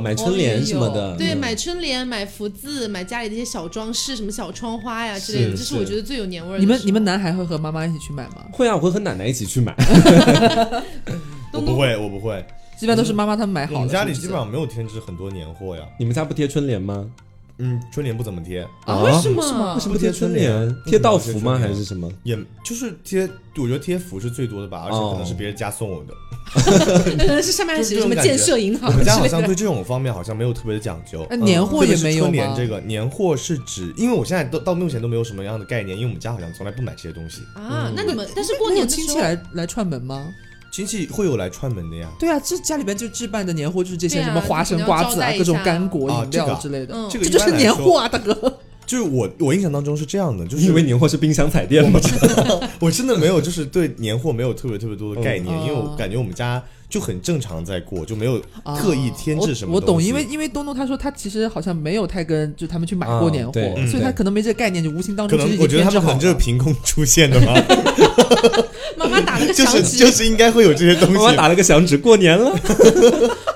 S3: 啊买春联什么的，
S2: 对，
S3: 嗯
S2: 买春联、买福字、买家里的一些小装饰，什么小窗花呀之类的，
S3: 是
S2: 这是
S3: 是
S2: 我觉得最有年味儿的时候。
S5: 你们你们男孩会和妈妈一起去买吗？
S3: 会啊，我会和奶奶一起去买，
S4: 我不会，我不会。
S5: 一般都是妈嗯妈他们买好的。
S4: 我们家里
S5: 是不
S4: 基
S5: 是
S4: 本上没有添置很多年货呀。
S3: 你们家不贴春联吗？
S4: 嗯，春联不怎么贴，
S2: 啊？为什
S5: 是吗
S2: 么
S3: 为？什么贴春联？
S4: 不贴春联
S3: 贴道符吗？
S4: 为什么不贴春联
S3: 还是什么？
S4: 也就是贴，我觉得贴福是最多的吧，而且
S3: 哦
S4: 可能是别人家送我的。
S2: 可能是上面还写着什么建设银行
S4: 我们
S2: 之
S4: 家好
S2: 类
S4: 像
S2: 的。
S4: 对这种方面好像没有特别的讲究。呃
S5: 那呃哎年货
S4: 特别
S5: 也
S4: 是
S5: 没有
S4: 春联
S5: 吗？
S4: 这个年货是指，因为我现在都到目前都没有什么样的概念，因为我们家好像从来不买这些东西。
S2: 啊，那你们但是过
S5: 没有
S2: 年的
S5: 亲
S2: 时
S5: 戚
S2: 候，
S5: 来来串门吗？
S4: 亲戚会有来串门的呀。
S5: 对啊，这家里边就置办的年货就是这些
S2: 对啊
S5: 什么花生、瓜
S2: 你要
S5: 子
S2: 招待
S5: 啊，
S2: 一下
S5: 各种干果、
S4: 啊
S5: 饮
S4: 这个
S5: 料
S4: 啊
S5: 之类的，
S2: 嗯
S4: 这个
S5: 这
S4: 一
S5: 就
S4: 般
S5: 是
S4: 来
S5: 年
S4: 说
S5: 货啊，大哥。
S4: 就是我我印象当中是这样的，就是
S3: 你以为年货是冰箱彩电吗？
S4: 我真的没有，就是对年货没有特别特别多的概念，
S5: 嗯哦
S4: 因为我感觉我们家就很正常在过，就没有特意添置什么
S5: 啊我我
S4: 东
S5: 懂，
S4: 西
S5: 因为因为东东他说他其实好像没有太跟就他们去买过年
S3: 啊
S5: 货
S3: 对，
S4: 嗯
S5: 所以他
S4: 对
S5: 可能没这个概念，就无形当
S4: 可
S5: 中其实
S4: 能
S5: 已
S4: 我
S5: 经
S4: 觉得他们可能
S5: 编
S4: 就
S5: 制
S4: 是
S5: 好了
S4: 凭空出现 的嘛，
S2: 妈妈打了个
S4: 就
S2: 响
S4: 是
S2: 指。
S4: 就是应该会有这些东
S3: 妈妈
S4: 西。
S3: 打了个响指，过年了。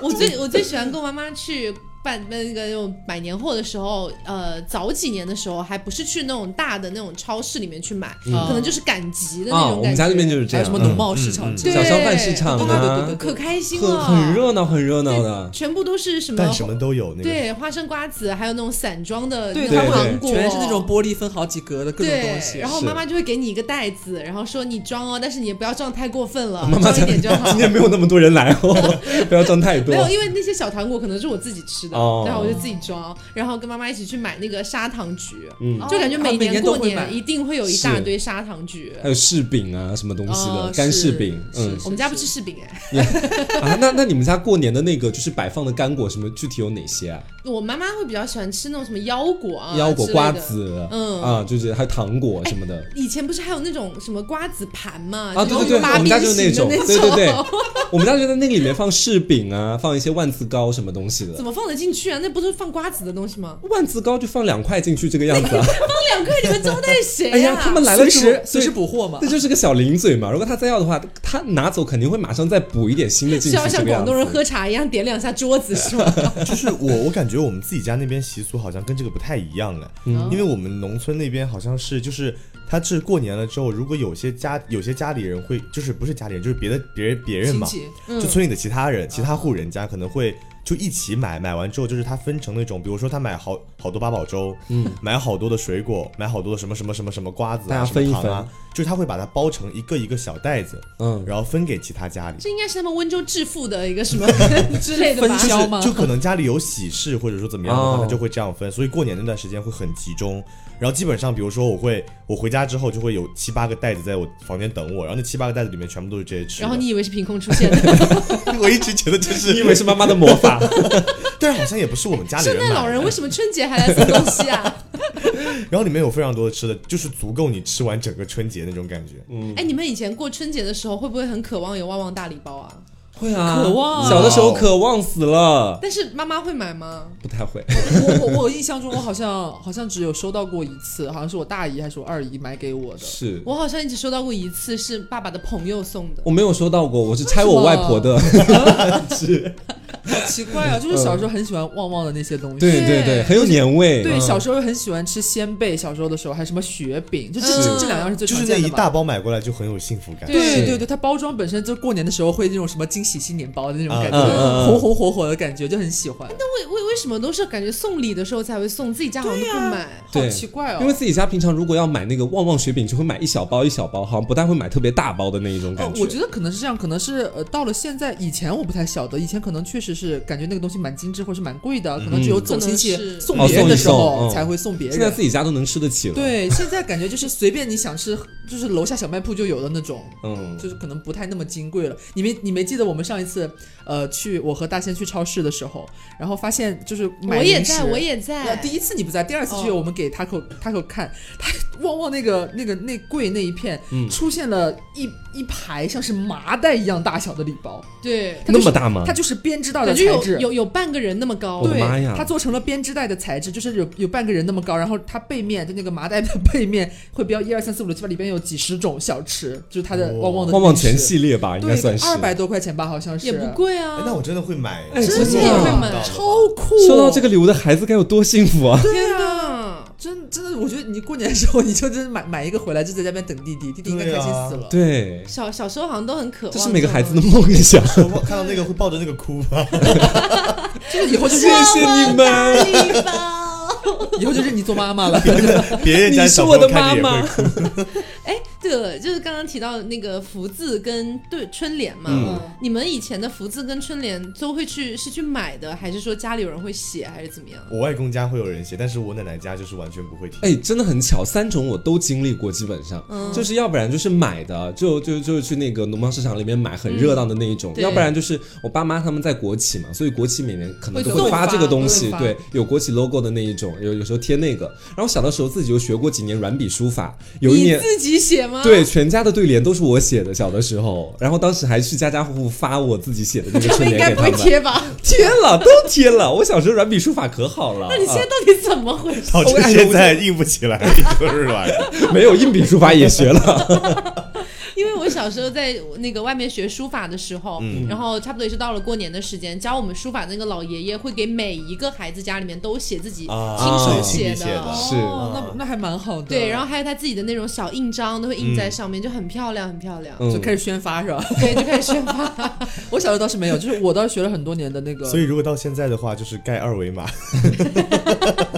S2: 我最我最喜欢跟我妈妈去办那个那种买年货的时候，呃，早几年的时候还不是去那种大的那种超市里面去买，
S5: 嗯
S2: 可能就是赶集的那
S3: 啊，
S2: 种
S3: 我
S2: 感
S3: 们
S2: 觉。
S3: 家那边就是这
S5: 还有
S3: 样，
S5: 什么农
S3: 嗯
S5: 贸市
S4: 嗯
S5: 场之
S2: 对
S5: 类的，
S3: 小商贩市场
S5: 对对
S3: 啊
S5: 对，
S2: 可开心
S3: 很
S2: 了，
S3: 很热闹，很热闹的
S2: 对，。全部都是什么
S4: 但？什么都有那个。
S2: 对，花生、瓜子，还有那种散装的
S5: 对
S2: 那种
S3: 对对
S2: 糖果，
S5: 全是那种玻璃分好几格的各种
S2: 对
S5: 东，西
S2: 然。后
S3: 是
S2: 妈妈就会给你一个袋子，然后说你装哦，但是你也不要装太过分 了，
S3: 妈妈
S2: 啊装一
S3: 讲
S2: 点就好。
S3: 今天没有那么多人来 哦，不要装太多
S2: 没。有，因为那些小糖果可能是我自己吃的，
S3: 哦
S2: 然后我就自己装，然后跟妈妈一起去买那个砂糖橘，
S3: 嗯
S2: 就感觉
S5: 啊每
S2: 年
S5: 年都
S2: 过
S5: 会买
S2: 年一定会有一大
S3: 是
S2: 堆砂糖橘。
S3: 还有柿饼啊，什么东西的
S5: 哦
S3: 干柿
S5: 是
S3: 饼，嗯
S5: 是
S2: 我们家不吃柿饼哎，
S3: 啊，那那你们家过年的那个就是摆放的干果什么，具体有哪些啊？
S2: 我妈妈会比较喜欢吃那种什么腰果啊，
S3: 腰果、
S2: 之类的
S3: 瓜。子，
S2: 嗯
S3: 啊，就是还有糖果什么的。
S2: 以前不是还有那种什么瓜子盘嘛？
S3: 啊对
S2: 就
S3: 对对
S2: 是八
S3: 我们家
S2: 边
S3: 就是
S2: 形
S3: 那
S2: 的
S3: 种
S2: 那
S3: 对对对 我们家就在那个里面放柿饼啊，放一些万字糕什么东西的
S2: 怎。么放得进去啊？那不是放瓜子的东西吗？
S3: 万字糕就放两块进去这个样 子啊！
S2: 两块你们招待谁啊呀？
S3: 哎呀，他们 来了
S5: 随
S3: 之后
S5: 时，随时
S3: 对
S5: 补货嘛
S3: 那。就是个小零嘴嘛。如果他再要的话，他拿走肯定会马上再补一点新的进
S2: 是
S3: 去。
S2: 要像
S3: 这个样
S2: 广
S3: 子
S2: 东人喝茶一样点两下桌子是吗？
S4: 就是我我感觉我们自己家那边习俗好像跟这个不太一样哎，
S3: 嗯
S4: 因为我们农村那边好像是就是。他是过年了之后，如果有些家有些家里人会，就是不是家里人，就是别的别人别
S3: 哎
S4: 人
S5: 亲
S4: 嘛，
S5: 戚嗯
S4: 就村里的其他人、其他户人家可能会就一起买，买完之后就是他分成那种，比如说他买好好多八宝粥，嗯，买好多的水果，买好多的什么什么什么什么瓜子
S3: 大
S4: 啊，
S3: 家
S4: 什么
S3: 分一
S4: 糖啊，就是他会把它包成一个一个小袋子，
S3: 嗯，
S4: 然后分给其他家里。
S2: 这应该是他们温州致富的一个什么之类的吧
S5: 分？销吗？
S4: 就可能家里有喜事或者说怎么样的话，
S3: 哦
S4: 他就会这样分，所以过年那段时间会很集中。然后基本上，比如说我会，我回家之后就会有七八个袋子在我房间等我，然后那七八个袋子里面全部都是这些吃的。
S2: 然后 你以为是凭空出现的？
S4: 我一直觉得这
S3: 你以
S4: 是，
S3: 为是妈妈的魔法？
S4: 但是好像也不是我们家里
S2: 圣
S4: 人买
S2: 诞
S4: 的。
S2: 老人为什么春节还来送东西啊？
S4: 然后里面有非常多的吃的，就是足够你吃完整个春节那种感觉。
S2: 哎，你们以前过春节的时候会不会很渴望有旺旺大礼包啊？
S3: 会啊，
S5: 渴望
S3: 小的时候渴望死了，
S2: 但是妈妈会买吗？
S3: 不太会。
S5: 我我我印象中，我好像好像只有收到过一次，好像是我大姨还是我二姨买给我的。
S3: 是
S2: 我好像只收到过一次，是爸爸的朋友送的。
S3: 我没有收到过，我是拆我外婆的。是，
S5: 好奇怪啊，就是小时候很喜欢旺旺的那些东 西。
S3: 嗯对对对，很有年味。
S5: 对
S3: 嗯
S5: 小时候很喜欢吃鲜贝，小时候的时候还有什么雪饼，就这
S2: 是
S5: 这这两样是最
S4: 就是
S5: 常
S4: 那
S5: 见的
S4: 一
S5: 嘛
S4: 大包买过来就很有幸福感。
S5: 对
S3: 是
S5: 对对，它包装本身就过年的时候会那种什么惊喜新年包的那种感
S3: 嗯嗯嗯
S5: 觉，
S3: 嗯
S5: 红红火火的感觉，就很喜欢。
S2: 为为为什么都是感觉送礼的时候才会送，自己家好像都不买？
S5: 好
S3: 对
S5: 奇怪哦，
S3: 因为自己家平常如果要买那个旺旺雪饼，就会买一小包一小包，好像不太会买特别大包的那一种感
S5: 哦
S3: 觉。，
S5: 我觉得可能是这样，可能是呃，到了现在，以前我不太晓得，以前可能确实是感觉那个东西蛮精致，或是蛮贵的，可能只有走
S2: 嗯
S5: 亲
S2: 可能
S5: 戚
S2: 是
S5: 送
S3: 哦
S5: 别人的时
S3: 送一送
S5: 候
S3: 嗯
S5: 才会送别
S3: 现在
S5: 人。
S3: 自己家都能吃得起了。，
S5: 对，现在感觉就是随便你想吃，就是楼下小卖铺就有的那种，
S3: 嗯，
S5: 就是可能不太那么金贵了。你没你没记得我们上一次呃去我和大仙去超市的时候，然后发现就是买
S2: 我也
S5: 零食
S2: 在，我也
S5: 呃
S2: 在。
S5: 第一次你不在，第二次去
S2: 哦
S5: 我们给他口他口看， 他汪汪那个那个那柜那一片、
S3: 嗯
S5: 出现了一一排像是麻袋一样大小的礼包，
S2: 对，
S5: 它就
S3: 那
S5: 是
S3: 么大吗
S5: 它？就是编织袋的
S2: 感
S5: 材
S2: 觉有
S5: 质。
S2: 有有半个人那么高
S3: 我，的
S5: 对
S3: 妈呀，
S5: 它做成了编织袋的材质，就是有有半个人那么高，然后它背面就那个麻袋的背面会标一二三四五六七八，里边有几十种小吃，就是它的旺旺的
S3: 旺旺
S5: 零食
S3: 哦全系列吧，应该算
S5: 对，
S3: 是。
S5: 二百多块钱吧，好像是，
S2: 也不贵啊
S4: 哎。那我真的会买，
S3: 哎真
S2: 的真的也会买
S5: 超酷。
S3: 收到这个礼物的孩子该有多幸福啊！
S2: 天哪！
S5: 真真的，我觉得你过年的时候，你就真买买一个回来，就在家边等弟弟，弟弟应该开心死了。
S3: 对，啊
S2: 小小时候好像都很渴望
S3: 这
S2: 种，
S3: 是每个孩子的梦想。
S4: 我我看到那个会抱着那个哭吧。
S5: 就是以后就
S3: 谢
S5: 是
S3: 谢你们，
S1: 礼包。
S5: 以后就是你做妈妈 了。
S3: 啊
S4: 别人家
S3: 你是
S4: 小
S3: 我
S4: 朋友
S3: 的
S4: 看
S3: 妈
S4: 着也会
S3: 妈
S4: 哭。。
S2: 哎，对了，就是刚刚提到那个福字跟对春联嘛，
S3: 嗯
S2: 你们以前的福字跟春联都会去是去买的，还是说家里有人会写，还是怎么样？
S4: 我外公家会有人写，但是我奶奶家就是完全不会 提。
S3: 哎，真的很巧，三种我都经历过，基本上，
S2: 嗯
S3: 就是要不然就是买的，就就就是去那个农贸市场里面买很热闹的那一种，
S2: 嗯对
S3: 要不然就是我爸妈他们在国企嘛，所以国企每年可能
S2: 会
S3: 都会
S2: 送
S3: 发这
S2: 发
S3: 个东
S5: 会
S3: 西，
S5: 发
S3: 对，有国企 logo 的那一种，有有时候贴那个。然后小的时候自己就学过几年软笔书法，有一
S2: 你
S3: 年。
S2: 自己写吗？
S3: 对，，全家的对联都是我写的，小的时候，然后当时还去家家户户发我自己写的那个
S2: 他们
S3: 春
S2: 应
S3: 联
S2: 该
S3: 给
S2: 不
S3: 他
S2: 会
S3: 们，啊
S2: 贴吧？
S3: 贴了，都贴了。我小时候软笔书法可好了，
S2: 那你现在
S3: 啊
S2: 到底怎么回事？
S4: 导致
S3: 哎
S4: 现
S3: 我
S4: 在硬不起来，就是吧？
S3: 啊没有硬笔书法也学了，
S2: 因为我小时候在那个外面学书法的时候，
S3: 嗯
S2: 然后差不多也是到了过年的时间，教我们书法的那个老爷爷会给每一个孩子家里面都写自己亲
S4: 啊
S2: 手
S3: 啊
S2: 写
S4: 亲笔写的
S2: 哦
S3: 是
S5: 哦， 那那还蛮好的。
S2: 对，然后还有他自己的那种小印章都会印在上面，就很漂亮，很漂亮。
S5: 就
S3: 嗯
S5: 开始宣发是吧？
S2: 对，就开 始宣发。
S5: 我小时候倒是没有，就是我倒是学了很多年的那个。
S4: 所以如果到现在的话，就是盖二维码，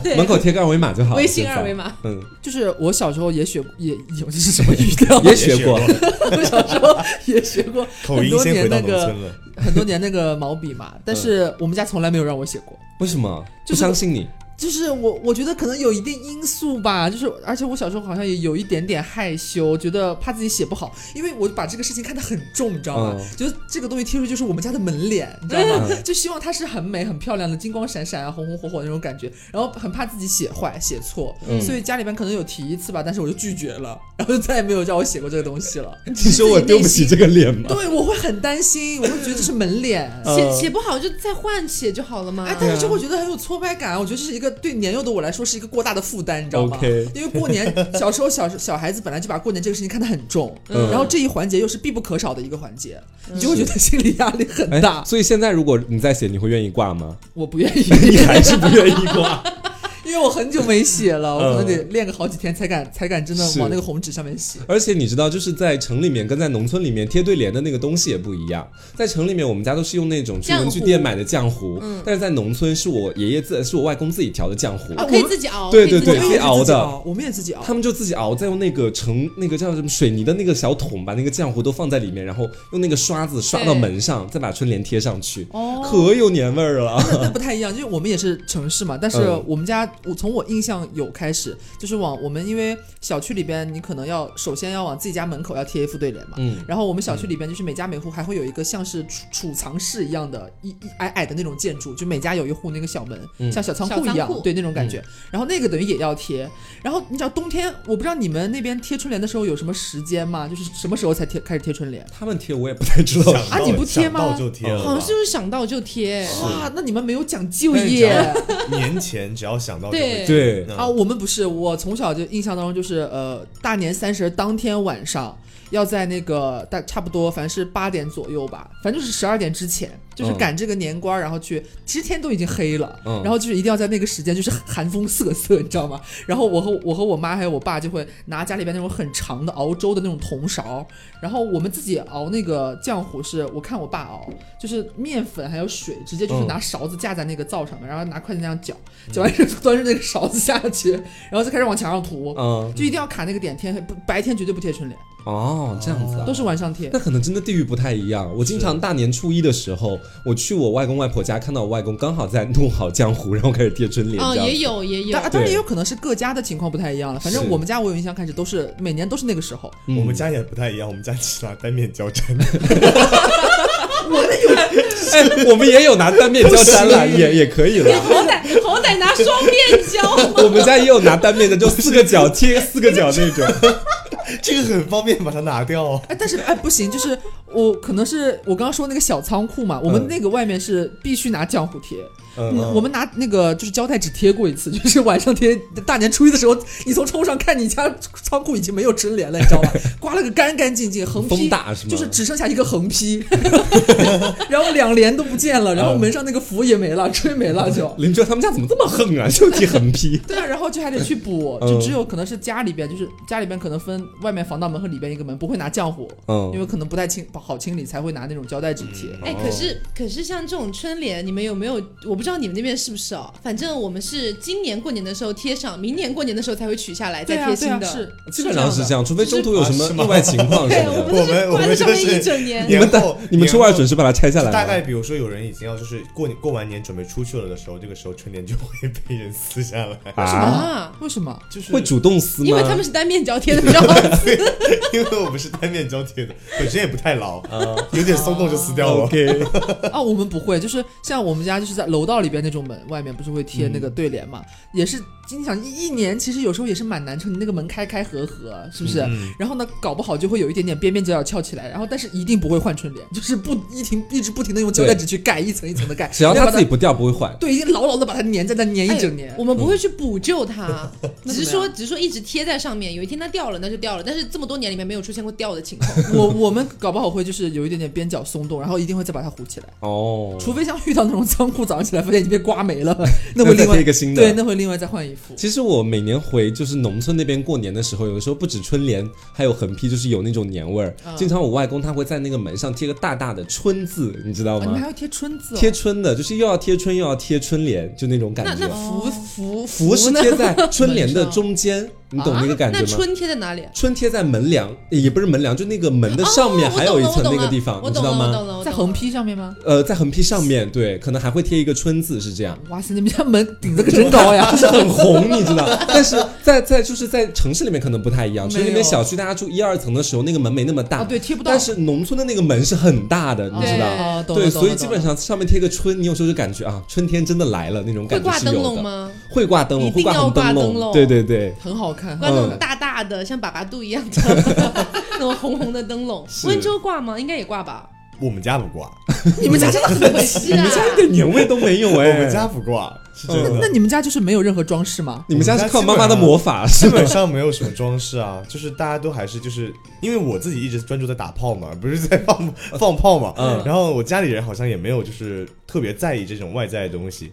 S2: 对，
S3: 门口贴个二维码就好了。
S2: 微信
S3: 现在
S2: 二维码，
S3: 嗯，
S5: 就是我小时候也学也有这是什么语调？
S3: 也学过，
S5: 我小时候也学过
S4: 口
S5: 很
S4: 音
S5: 多
S4: 先
S5: 年
S4: 回到
S5: 那
S4: 农村
S5: 个
S4: 了。
S5: 很多年那个毛笔嘛，
S3: 嗯
S5: 但是我们家从来没有让我写过。
S3: 为什么
S5: 就
S3: 不
S5: 是
S3: 相信你？
S5: 就是我，我觉得可能有一定因素吧，就是而且我小时候好像也有一点点害羞，觉得怕自己写不好，因为我把这个事情看得很重，你知道吗？
S3: 嗯
S5: 觉得这个东西贴出去就是我们家的门脸，你知道吗？
S3: 嗯
S5: 就希望它是很美、很漂亮的，金光闪闪啊，红红火火的那种感觉，然后很怕自己写坏、写错，
S3: 嗯
S5: 所以家里边可能有提一次吧，但是我就拒绝了，然后就再也没有让我写过这个东西 了。
S3: 你说我丢不起这个脸吗？
S5: 对，我会很担心，我会觉得这是门脸。
S2: 写写不好就再换写就好了嘛。
S5: 哎，但是就会觉得很有挫败感，我觉得这是一个对年幼的我来说是一个过大的负担，你知道吗
S3: OK
S5: 因为过年 小时候小小孩子本来就把过年这个事情看得很重，
S3: 嗯
S5: 然后这一环节又是必不可少的一个环节，你就会觉得心理压力很大。
S3: 所以现在如果你再写，你会愿意挂吗？
S5: 我不愿 意，
S3: 你还是不愿意挂？
S5: 因为我很久没写了，我
S3: 嗯
S5: 可能得练个好几天才敢才敢真的
S3: 是
S5: 往那个红纸上面写。
S3: 而且你知道，就是在城里面跟在农村里面贴对联的那个东西也不一样。在城里面，我们家都是用那种去文具店买的浆糊，但是在农村是我爷爷自是我外公自己调的浆糊，
S5: 啊
S2: 可以自己熬，
S3: 对
S2: 可以自己
S3: 对
S5: 我
S2: 熬
S5: 们
S3: 对自己
S5: 也是
S3: 熬
S5: 自己
S3: 的
S5: 熬，我们也自己熬
S3: 他。们就自己熬，再用那个盛那个叫什么水泥的那个小桶，把那个浆糊都放在里面，然后用那个刷子刷到
S2: 对
S3: 门上，再把春联贴上去，
S2: 哦
S3: 可有年味儿了。
S5: 那那不太一样， 就是我们也是城市嘛，但是
S3: 嗯
S5: 我们家我从我印象有开始，就是往我们因为小区里边，你可能要首先要往自己家门口要贴一副对联嘛，
S3: 嗯
S5: 然后我们小区里边就是每家每户还会有一个像是储储藏室一样的一一矮矮的那种建筑，就每家有一户那个小门，
S3: 嗯
S5: 像小仓
S2: 小
S5: 库
S2: 仓
S5: 一样
S2: 库，
S5: 对那种感觉。然后那个等于也要贴，然后你知道冬天，我不知道你们那边贴春联的时候有什么时间吗？就是什么时候才贴开始贴春联？
S3: 他们贴我也不太知道，
S5: 啊你不贴吗
S4: 想到就贴了吧，
S2: 好像是不是想到就贴？
S5: 哇，那你们没有讲究
S4: 但是
S5: 耶！
S4: 年前只要想到就
S2: 对
S4: 会
S3: 对
S4: 嗯
S5: 啊，我们不是，我从小就印象当中就是，呃，大年三十当天晚上要在那个大差不多，反正是八点左右吧，反正就是十二点之前，就是
S3: 嗯
S5: 赶这个年关儿，然后去，其实天都已经黑了，
S3: 嗯
S5: 然后就是一定要在那个时间，就是 寒风瑟瑟，你知道吗？然后我和我和我妈还有我爸就会拿家里边那种很长的熬粥的那种铜勺，然后我们自己熬那个浆糊是，我看我爸熬，就是面粉还有水，直接就是
S3: 嗯
S5: 拿勺子架在那个灶上面，然后拿筷子那样搅，搅完之后端着那个勺子下去，然后再开始往墙上涂，
S3: 嗯，
S5: 就一定要卡那个点贴，不白天绝对不贴春联，
S3: 哦，这样子啊
S5: 都。是晚上贴
S3: 那。可能真的地域不太一样。我经常大年初一的时候，我去我外公外婆家，看到我外公刚好在弄好浆糊，然后开始贴春联。
S2: 哦，
S3: 这样
S2: 也有也有
S5: 当，当然
S3: 对
S5: 也有可能是各家的情况不太一样了，反
S3: 是
S5: 正我们家我有印象开始都是每年都是那个时候，
S3: 嗯
S4: 我们家也不太一样，我们家只拿单面胶粘，
S3: 哎，我们也有拿单面胶粘了，也也可以了。
S2: 好歹好歹拿双面胶 嘛。
S3: 我们家也有拿单面的，就四个角贴四个角那种。
S4: 这个很方便把它拿掉哦。
S5: 哎，但是哎不行，就是我可能是我刚刚说那个小仓库嘛，我
S3: 嗯
S5: 们那个外面是必须拿浆糊贴。
S4: 嗯，
S5: 嗯我们拿那个就是胶带纸贴过一次，就是晚上贴，大年初一的时候，你从窗户上看你家仓库已经没有春联了，你知道吧？刮了个干干净净，横
S3: 嗯风
S5: 批
S3: 大是吗
S5: 就是只剩下一个横批， 然后两联都不见
S3: 嗯
S5: 了，然后门上那个福也没了， 吹没了就。
S3: 邻居说他们家怎么这么横啊？ 就贴横批。
S5: 对啊，然后就还得去补，
S3: 嗯
S5: 就只有可能是家里边，就是家里边可能分外面防盗门和里边一个门，不会拿浆糊，
S3: 嗯
S5: 因为可能不太清不好清理，才会拿那种胶带纸贴。
S2: 哎，可是可是像这种春联，你们有没有？我不知道你们那边是不是哦。反正我们是今年过年的时候贴上，明年过年的时候才会取下来，
S5: 对
S2: 再
S5: 啊，
S2: 贴
S5: 对
S2: 新
S5: 啊，
S2: 的。
S5: 是
S3: 基本上是这样，除非中途有什
S4: 啊是
S3: 么
S4: 吗
S3: 意外情况什
S2: 对，
S3: 么
S2: 我
S3: 的。
S2: 们都
S4: 我们
S2: 是挂在上
S4: 我们真
S2: 面
S4: 的
S2: 一
S4: 是
S2: 整年。
S3: 你们
S4: 年
S3: 的
S4: 后
S3: 你们初二准是把它拆下来啊
S4: 大概
S3: 了。
S4: 比如说有人已经要就是过年过完年准备出去了的时候，这个时候春联就会被人撕下来，
S3: 啊，
S2: 啊，
S5: 为什么？
S4: 就是
S3: 会主动撕吗？
S2: 因为他们是单面胶贴的，比较好撕。
S4: 因为我们是单面胶贴的，本身也不太牢，有点松动就撕 掉
S3: 啊
S4: 了。
S3: OK，
S5: 啊，我们不会，就是像我们家就是在楼道里边那种门，外面不是会贴那个
S3: 嗯
S5: 对联嘛，也是经常一一年，其实有时候也是蛮难撑，你那个门开开合合，是不
S3: 嗯
S5: 是？然后呢，搞不好就会有一点点边边角角翘起来，然后但是一定不会换春联，就是不一停一直不停的用胶带纸去盖，一层一层的盖，
S3: 只要
S5: 把
S3: 他
S5: 它
S3: 自己不掉，不会坏。
S5: 对，一定牢牢的把它粘在那粘一整年
S2: 哎。我们不会去补救它，嗯只是
S5: 那怎么
S2: 说，
S5: 样
S2: 只是说一直贴在上面。有一天它掉了，那就掉了。但是这么多年里面没有出现过掉的情况。
S5: 我我们搞不好会就是有一点点边角松动，然后一定会再把它糊起来，
S3: 哦，
S5: 除非像遇到那种仓库早上起来发现已经被刮没了，那
S3: 那
S5: 会
S3: 再
S5: 另外
S3: 贴一个新的
S5: 对，那会另外再换一副。
S3: 其实我每年回就是农村那边过年的时候，有的时候不止春联，还有横批，就是有那种年味儿。
S2: 嗯
S3: 经常我外公他会在那个门上贴个大大的“春”字，你知道
S5: 啊你们
S3: 吗
S5: 还？要贴春字、哦？
S3: 贴春的，就是又要贴春又要贴春联，就那种感
S2: 那 那
S3: 觉。
S2: 福福
S3: 福是
S2: 呢？
S3: 贴在春联的中 间，你懂那个感觉
S2: 啊那
S3: 吗？
S2: 春贴在哪里？
S3: 春贴在门梁，也不是门梁，就那个门的上面
S2: 哦
S3: 还有一层那个地方，
S2: 我
S3: 你知道
S2: 懂了我懂了我懂
S3: 吗？
S2: 了，我懂了
S5: 在横。批上面吗？
S3: 呃，在横批上面，对，可能还会贴一个“春”字，是这样。
S5: 哇塞，你们家门顶的 可真高呀！
S3: 就是很红，你知道。但是在在就是在城市里面可能不太一样，城市里
S5: 没
S3: 面
S5: 有
S3: 小区大家住一二层的时候，那个门没那么大，
S5: 啊，对，贴不到。
S3: 但是农村的那个门是很大的，你知
S2: 对
S3: 道。
S5: 啊，懂了
S3: 对，
S5: 懂
S3: 所
S5: 了
S3: 以基本
S5: 懂了
S3: 上上面贴个春，你有时候就感觉啊，春天真的来了那种
S2: 会
S3: 感觉
S2: 挂
S3: 是有
S2: 灯笼
S3: 的。嗯
S2: 吗？
S3: 会挂灯笼，
S2: 一
S3: 会
S2: 定
S3: 挂
S2: 要
S3: 红灯
S2: 挂灯
S3: 笼，
S2: 笼
S3: 对对 对，
S5: 很好看。
S2: 挂那
S3: 嗯
S2: 种大大的，像粑粑肚一样的那种红红的灯笼。
S3: 是
S2: 温州挂吗？应该也挂吧。
S4: 我们家不挂，
S3: 嗯
S5: 你们家真的很
S2: 可 惜
S3: 哎
S2: 啊
S3: 你们！家一点年味都没有哎。
S4: 我们家，不挂，是真
S3: 嗯
S5: 那
S4: 的。
S5: 你们家就是没有任何装饰吗？
S3: 你们家是靠妈妈的魔法是
S4: 基
S3: 吗？
S4: 本上没有什么装饰啊，就是大家都还是就是因为我自己一直专注在打炮嘛，不是在放放炮嘛，
S3: 嗯
S4: 然后我家里人好像也没有就是特别在意这种外在的东西，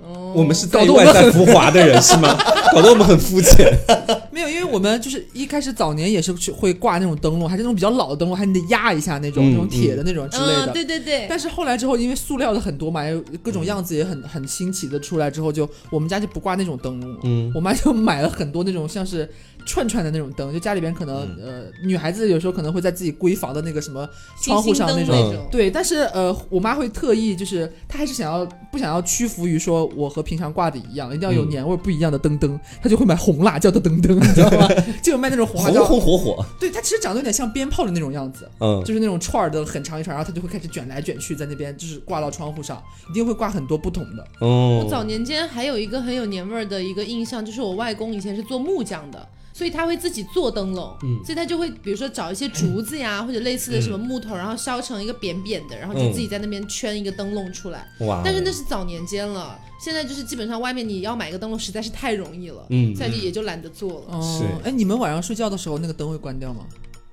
S2: 哦
S3: 我们是在
S5: 搞
S3: 意
S5: 得我
S3: 外
S5: 们
S3: 在
S5: 很
S3: 浮华的人是吗？搞得我们很肤浅。
S5: 没有，因为我们就是一开始早年也是去会挂那种灯笼，还是那种比较老的灯笼，还你得压一下那
S3: 嗯
S5: 种、那种铁的那种之类的。
S2: 嗯，对对对。
S5: 但是后来之后，因为塑料的很多嘛，有各种样子也很很新奇的出来之后就，我们家就不挂那种灯笼了。
S3: 嗯
S5: 我妈就买了很多那种像是串串的那种灯，就家里边可能、
S3: 嗯
S5: 呃女孩子有时候可能会在自己闺房的那个什么窗户上那
S2: 星
S5: 种
S2: 星灯
S3: 嗯
S2: 种
S5: 对，但是呃，我妈会特意就是，她还是想要不想要屈服于说我和平常挂的一样，一定要有
S3: 嗯
S5: 年味儿不一样的灯灯，她就会买红辣椒的灯灯，你知道吗？ 就有卖那种红辣
S3: 红
S5: 椒，
S3: 红火火，
S5: 对，它其实长得有点像鞭炮的那种样子，
S3: 嗯，
S5: 就是那种串儿的很长一串儿，然后她就会开始卷来卷去，在那边就是挂到窗户上，一定会挂很多不同的。
S3: 哦
S2: 我早年间还有一个很有年味儿的一个印象，就是我外公以前是做木匠的。所以他会自己做灯笼，
S3: 嗯
S2: 所以他就会比如说找一些竹子呀，或者类似的什么木头，然后削成一个扁扁的，然后就
S3: 嗯
S2: 自己在那边圈一个灯笼出来。
S3: 哇哦，
S2: 但是那是早年间了，现在就是基本上外面你要买一个灯笼实在是太容易了，
S3: 嗯
S2: 现在就也就懒得做了。
S5: 哦、
S3: 是
S5: 哎，你们晚上睡觉的时候那个灯会关掉吗？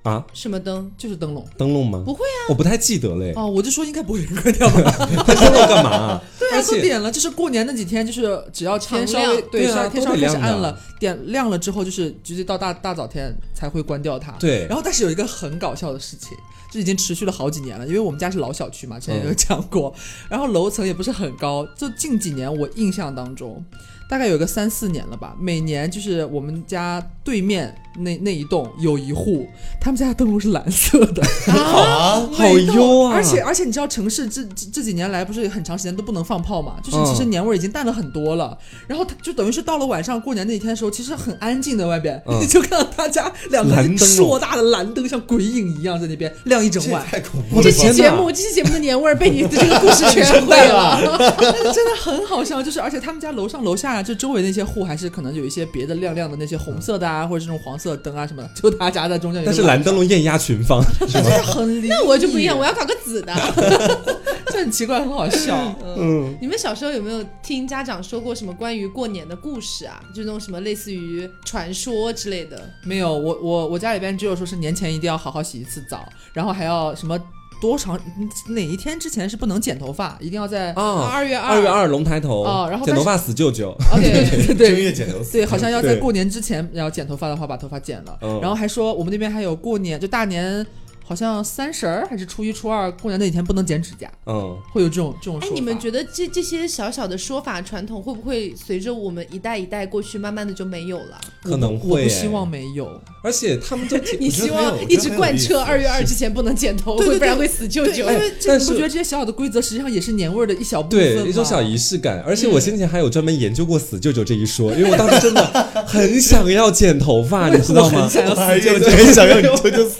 S3: 啊，
S2: 什么灯？
S5: 就是灯笼。
S3: 灯笼吗？
S2: 不会
S3: 啊，我不太记得嘞。
S5: 哦，我就说应该不会有人关掉吧？
S3: 他说了干嘛啊？
S5: 对啊，
S3: 而
S5: 都
S3: 且
S5: 点了，就是过年那几天，就是只要
S2: 常
S5: 天稍微
S2: 亮
S5: 对，
S3: 对啊
S5: 稍微天稍微
S3: 都得
S5: 开始
S3: 亮的
S5: 暗了，点亮了之后，就是直接到大大早天才会关掉它。
S3: 对
S5: 然后但是有一个很搞笑的事情，就已经持续了好几年了，因为我们家是老小区嘛，之前有讲过，然后楼层也不是很高，就近几年我印象当中。大概有个三四年了吧，每年就是我们家对面那那一栋有一户，他们家的灯笼是蓝色的，
S4: 啊，
S3: 好优啊！
S5: 哦而且而且你知道，城市这这这几年来不是很长时间都不能放炮嘛，就是其实
S3: 嗯
S5: 年味儿已经淡了很多了。然后它就等于是到了晚上过年那一天的时候，其实很安静的外边，
S3: 嗯
S5: 你就看到大家两
S3: 蓝灯
S5: 个
S3: 笼
S5: 硕大的蓝灯像鬼影一样在那边亮酱一整
S4: 这也
S5: 碗，
S4: 太恐怖
S3: 我
S4: 了
S2: 这
S3: 的
S4: 吧。
S2: 期
S3: 天
S2: 节
S3: 哪！
S2: 目，这期节目的年味儿被你的这个故事全毁 了。
S5: 但是真的很好笑，就是而且他们家楼上楼下啊就周围那些户还是可能有一些别的亮亮的那些红色的啊，或者这种黄色灯啊什么的，就他家在中间
S3: 但
S5: 有一个晚
S3: 是
S5: 上。
S3: 蓝灯笼艳压群 芳，是吗？
S5: 很
S2: 那我就不 一
S3: 哎
S2: 样，我要搞个紫的。
S5: 这很奇怪，很好笑。
S3: 嗯，
S2: 你们小时候有没有听家长说过什么关于过年的故事啊？就那种什么类似于传说之类的。
S5: 没有，我我我家里边只有说是年前一定要好好洗一次澡，然后还要什么多长嗯哪一天之前是不能剪头发，一定要在
S3: 啊，
S2: 二月二， 哎
S3: 二月二龙抬头
S5: 哦然后
S3: 剪
S5: 但
S3: 头
S5: 是
S3: 发死舅舅，
S5: 啊对对对对
S4: 正月剪头丝，
S5: 对，好像要在
S3: 对
S5: 过年之前要剪头发的话，把头发剪了。
S3: 嗯
S5: 然后还说我们那边还有过年，就大年好像三十儿还是初一初二，过年那几天不能剪指甲，
S3: 嗯，
S5: 会有这种这种说
S2: 哎
S5: 法。，
S2: 你们觉得这这些小小的说法传统会不会随着我们一代一代过去，慢慢的就没有了？
S5: 我
S3: 可能
S5: 不我
S3: 会
S5: 不
S3: 哎
S5: 希望没 有。
S3: 而且他们都 挺
S2: 你
S4: 我觉得
S2: 希
S4: 很有
S2: 望
S4: 我觉得
S2: 一直
S4: 很有
S2: 贯
S4: 意
S2: 彻
S4: 思
S2: 二月二之前不能剪头，
S5: 对对对
S2: 不然会死舅舅。
S5: 对，因为这
S3: 但
S5: 你不
S3: 是
S5: 觉得这些小小的规则实际上也是年味儿的一小部分吗
S3: 对，一种 小仪式感。而且我先前还有专门研究过死舅舅这一说，因为我当时真的很想要剪头发，你知道
S5: 我很
S3: 吗？
S5: 想要
S4: 哎
S5: 死
S4: 呀，
S5: 舅
S4: 我
S5: 舅。
S4: 就很想让你舅舅死。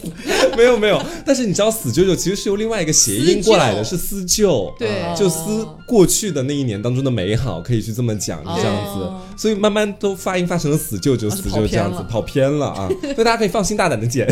S3: 没有没有，但是你知道死舅舅其实是由另外一个谐音过来的，是思旧。
S2: 对
S3: 就思过去的那一年当中的美好，可以去这么讲这样子，
S5: 哦
S3: 所以慢慢都发音发成了死舅舅，
S5: 啊就
S3: 死
S5: 跑
S3: 舅这样子
S5: 偏了
S3: 跑偏了啊，所以大家可以放心大胆的剪，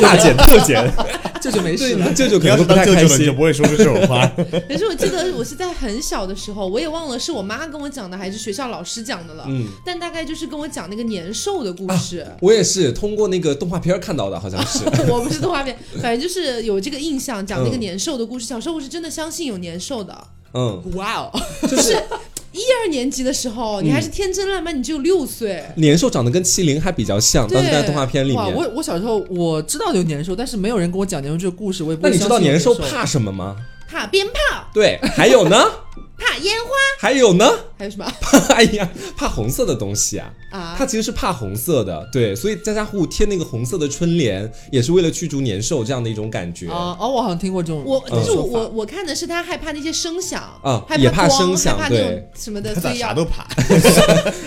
S3: 大剪特剪，
S5: 舅舅没
S3: 对
S5: 事
S3: 你
S5: 了
S3: 的。舅舅可
S4: 你要
S3: 能
S4: 是
S3: 会不
S4: 当
S3: 太
S4: 舅
S3: 开
S4: 舅了，你就
S3: 心。
S4: 不会说出这种 话。
S2: 哎可是我记得我是在很小的时候，我也忘了是我妈跟我讲的还是学校老师讲的了。
S3: 嗯，
S2: 但大概就是跟我讲那个年兽的故事。
S5: 啊
S3: 我也是通过那个动画片儿看到的，好像是。
S2: 我不是动画片，反正就是有这个印象，讲那个
S3: 嗯
S2: 年兽的故事。小时候我是真的相信有年兽的。
S3: 嗯，
S5: 哇哦，
S3: 就是
S2: 二年级的时候，
S3: 嗯
S2: 你还是天真烂漫，你只有六岁。
S3: 年兽长得跟麒麟还比较像，
S2: 对
S3: 当时在动画片里
S5: 哇！
S3: 面。
S5: 我我小时候我知道有年兽，但是没有人跟我讲年兽这个故事，我也不
S3: 那
S5: 会
S3: 你知道
S5: 相信有
S3: 年
S5: 年
S3: 兽怕什么吗？
S2: 怕鞭炮，
S3: 对，还有呢，
S2: 怕烟花，
S3: 还有呢，
S2: 还有什么
S3: 哎呀，怕红色的东西啊。
S2: 啊
S3: 它？其实是怕红色的，对，所以家家户户贴那个红色的春联，也是为了驱逐年兽这样的一种感觉。
S5: 啊？哦，我好像听过这种。
S2: 我但是我
S5: 说法
S2: 我我看的是他害怕那些声响
S3: 嗯啊
S2: 害
S3: 也
S2: 怕
S3: 怕
S2: 光
S3: 声响
S2: 害怕那种
S3: 对
S2: 什么的，
S4: 他
S2: 所
S4: 咋
S2: 以
S4: 啥
S2: 要
S4: 都爬，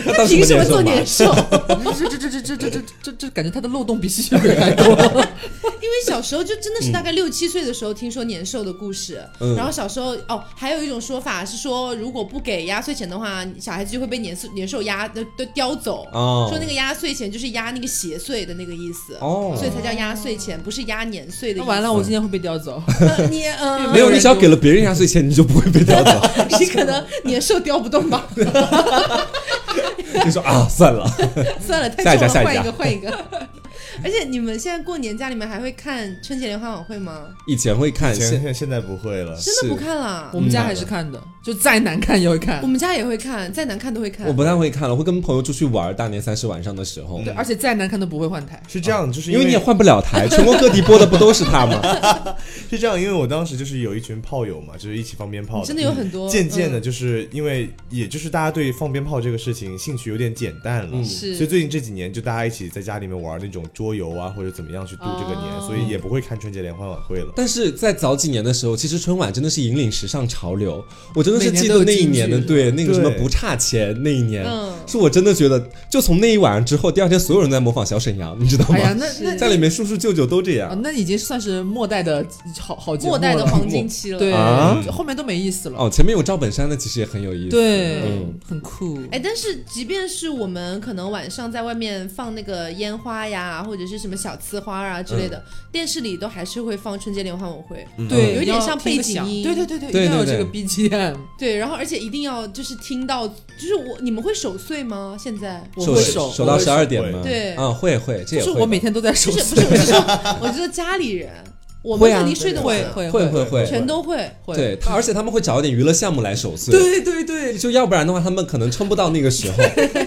S3: 那当
S2: 凭什么
S3: 年兽
S2: 做
S3: 嘛
S2: 年兽？
S5: 这这这这这这这这这感觉它的漏洞比吸血鬼还 多。
S2: 因为小时候就真的是大概六七岁的时候听说年兽的故事，
S3: 嗯
S2: 然后小时候哦，还有一种说法是说，如果不给压岁钱的话，小孩子就会被年兽年兽压都都叼走。
S3: 哦，
S2: 说那个压岁钱就是压那个邪祟的那个意思，
S3: 哦
S2: 所以才叫压岁钱，不是压年岁的意
S5: 那
S2: 思。
S5: 完了，我今天会被叼走。
S2: 呃你嗯，
S3: 没有，你只要给了别人压岁钱，你就不会被叼走。
S2: 你可能年兽叼不 动吧？
S3: 你说啊，算了，
S2: 算了，
S3: 下
S2: 太
S3: 一家
S2: 重了，换
S3: 下
S2: 一
S3: 一
S2: 个，
S3: 家
S2: 换一个。而且你们现在过年家里面还会看春节联欢晚会吗？
S3: 以前会看，
S4: 现
S3: 现
S4: 在现在不会了。
S2: 真的不看了
S5: 我，们家还是看的，就再难看也会看
S2: 我。们家也会看，再难看都会看
S3: 我。不太会看了，会跟朋友出去玩，大年三十晚上的时候，
S5: 对，而且再难看都不会换台。
S4: 是这样，就是
S3: 因
S4: 为
S3: 为你也换不了台，全国各地播的不都是他吗？
S4: 是这样，因为我当时就是有一群炮友嘛，就是一起放鞭炮的，
S2: 真的有很多。
S4: 渐渐的，
S2: 嗯
S4: 就是因为也就是大家对放鞭炮这个事情兴趣有点减淡了，
S3: 嗯
S2: 是
S4: 所以最近这几年就大家一起在家里面玩那种桌游啊，或者怎么样去度这个年，
S2: 哦
S4: 所以也不会看春节联欢晚会了。
S3: 但是在早几年的时候，其实春晚真的是引领时尚潮流，我真的是
S5: 每年
S3: 记
S5: 都
S3: 得
S5: 有
S3: 那一
S5: 金
S3: 年的，
S5: 句
S3: 对那个什么
S4: 对
S3: 不差钱那一年，
S2: 嗯
S3: 是我真的觉得，就从那一晚上之后，第二天所有人在模仿小沈阳，你知道吗？
S5: 哎呀，那那
S3: 家里面叔叔舅舅都这
S5: 啊
S3: 样，
S5: 那已经算是末代的好好节目
S2: 末代的
S5: 了
S2: 黄金期了。
S5: 对
S3: 啊，
S5: 后面都没意思了。
S3: 哦，前面有赵本山的，其实也很有意思。
S5: 对
S3: 嗯，
S5: 很酷。
S2: 哎，但是即便是我们可能晚上在外面放那个烟花呀，或者是什么小呲花啊之类的，
S3: 嗯
S2: 电视里都还是会放春节联欢晚会。
S5: 对，
S2: 有一点
S5: 嗯要
S2: 像
S5: 听
S2: 背
S5: 个
S2: 景
S5: 响
S2: 音
S5: 对对对对，一
S3: 对
S5: 定要有
S3: 对
S5: 这个
S3: 对
S5: BGM。
S2: 对，然后而且一定要就是听到，就是我你们会守岁吗？现在
S5: 我
S3: 守
S5: 会
S3: 守
S5: 守
S3: 守到
S5: 我会
S3: 十二点吗？
S2: 对
S3: 啊，会会，这
S5: 就
S3: 也
S5: 是
S3: 会的。
S5: 我每天都在守
S2: 不是不
S5: 岁
S2: 是，我是说，我是说家里人，我们
S3: 会啊
S2: 肯定睡得晚
S5: 会，会
S3: 会会
S4: 会
S2: 全都会。
S5: 会
S3: 对他，而且他们会找一点娱乐项目来守岁。。
S5: 对对对，
S3: 就要不然的话，他们可能撑不到那个时候，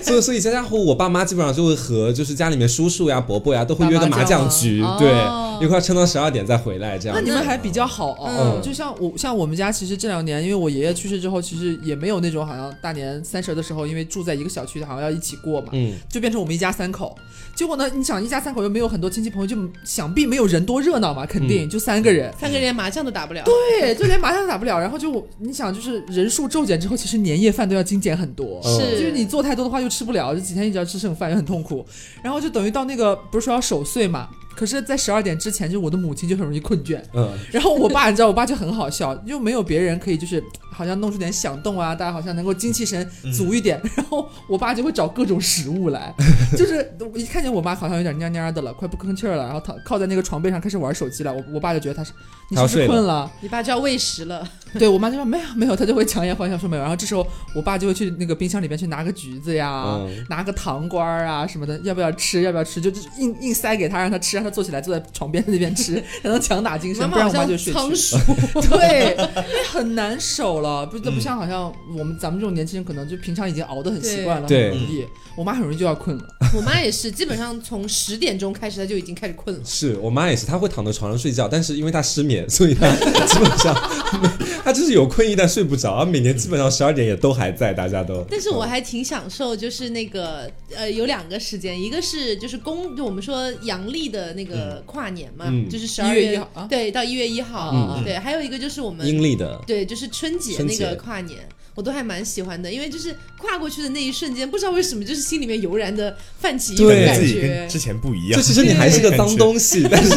S3: 所以所以家家户户，我爸妈基本上就会和就是家里面叔叔呀、伯伯呀都会约个
S5: 打麻
S3: 麻
S5: 将
S3: 将
S5: 啊
S3: 局，
S2: 哦
S3: 对，一块儿撑到十二点再回来这样
S5: 那
S3: 子。
S5: 你们还比较好哦。
S2: 嗯
S5: 就像我像我们家，其实这两年因为我爷爷去世之后，其实也没有那种好像大年三十的时候，因为住在一个小区，好像要一起过嘛，
S3: 嗯，
S5: 就变成我们一家三口。结果呢，你想一家三口又没有很多亲戚朋友，就想必没有人多热闹嘛，肯
S3: 嗯
S5: 定就三个人。
S2: 三个人连麻将都打不了，
S5: 对，就连麻将都打不了，然后就我，你想，就是人数骤减之后，其实年夜饭都要精简很多。
S3: 嗯
S2: 是
S5: 就是你做太多的话又吃不了，这几天一直要吃剩饭也很痛苦，然后就等于到那个不是说要守岁嘛，可是，在十二点之前，就我的母亲就很容易困倦。
S3: 嗯，
S5: 然后我爸，你知道，我爸就很好笑，就没有别人可以就是好像弄出点响动啊，大家好像能够精气神
S3: 嗯
S5: 足一点。然后我爸就会找各种食 物来，就是我一看见我妈好像有点蔫蔫的了，快不吭气儿了，然后躺靠在那个床背上开始玩手机了，我我爸就觉得他是你是
S3: 她要
S5: 不是
S3: 睡了
S5: 困了？
S2: 你爸就要喂食了，
S5: 对我妈就说没有没有，她就会强颜欢笑说没有。然后这时候我爸就会去那个冰箱里边去拿个橘子
S2: 啊
S5: 呀，
S3: 嗯
S5: 拿个糖瓜儿啊什么的，要不要吃？要不要吃？就就硬硬塞给他，让他吃，让他坐起来坐在床边那边吃， 才能强打精神，
S2: 妈
S5: 不然
S2: 妈好像
S5: 我妈就睡去
S2: 仓
S5: 了。
S2: 鼠，
S5: 对，因为很难守了，不不像好像我们咱们这种年轻人，可能就平常已经熬得很习惯了，
S3: 对
S5: 很容易。我妈很容易就要困了，
S2: 我妈也是，基本上从十点钟开始她就已经开始困了。
S3: 是我妈也是，她会躺在床上睡觉，但是因为她失眠，所以 她基本上没她就是有困意但睡不着，啊，每年基本上十二点也都还在，大家都。嗯
S2: 但是我还挺享受，就是那个呃，有两个时间，一个是就是公，就我们说阳历的那个跨年嘛，
S3: 嗯
S2: 就是十
S5: 1
S2: 二
S5: 月1号啊
S2: 对，到一月一号，
S5: 嗯
S2: 对，还有一个就是我们
S3: 阴历的，
S2: 对，就是春节
S3: 春
S2: 那
S3: 节
S2: 个跨年，我都还蛮喜欢的，因为就是跨过去的那一瞬间，不知道为什么，就是心里面油然的泛起一种
S3: 对
S4: 感觉
S2: 感
S4: 自己跟
S2: 觉
S4: 之。前不一样
S3: 就。其实你还是个脏东西，但是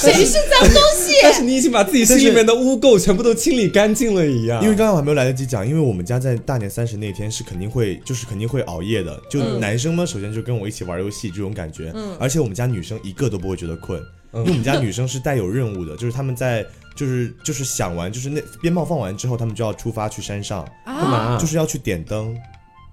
S2: 谁是脏东西？
S3: 但是你已经把自己心里面的污垢全部都清理干净了一样。
S4: 因为刚刚我还没有来得及讲，因为我们家在大年三十那天是肯定会，就是肯定会熬夜的。就男生嘛，首先就跟我一起玩游戏这种感觉，而且我们家女生一个都不会觉得困，
S3: 嗯
S4: 因为我们家女生是带有任务的，就是她们在就是就是想完，就是那鞭炮放完之后，她们就要出发去山上，
S3: 干
S2: 啊
S3: 嘛？
S4: 就是要去点灯，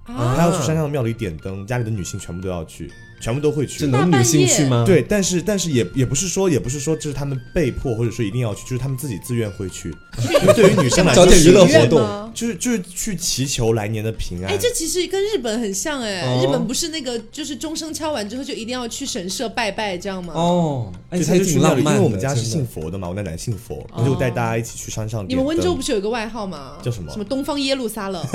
S2: 啊！
S3: 啊
S4: 她要去山上的庙里点灯，家里的女性全部都要去，全部都会
S3: 只
S4: 去。
S3: 能女性去吗？，
S4: 对，但是但是也也不是说也不是说就是她们被迫或者说一定要去，就是她们自己自愿会 去，因为对于女生来
S3: 找
S4: 说
S3: 点
S4: 是
S3: 娱乐
S4: 一件
S3: 活
S2: 许愿
S3: 动。
S2: 吗
S4: 就是就是去祈求来年的平安。
S2: 哎，这其实跟日本很像哎、
S3: 哦
S2: 日本不是那个就是钟声敲完之后就一定要去神社拜拜这样吗？
S3: 哦，哎，
S4: 就
S3: 还
S4: 他就去
S3: 挺
S4: 那
S3: 浪
S4: 里，因
S3: 漫的。
S4: 为我们家是
S3: 真的
S4: 信佛的嘛，我奶奶信佛，我就带大家一起去山上
S2: 哦你们
S4: 点灯。
S2: 温州不是有一个外号吗？
S4: 叫什么
S2: 什么东方耶路撒冷？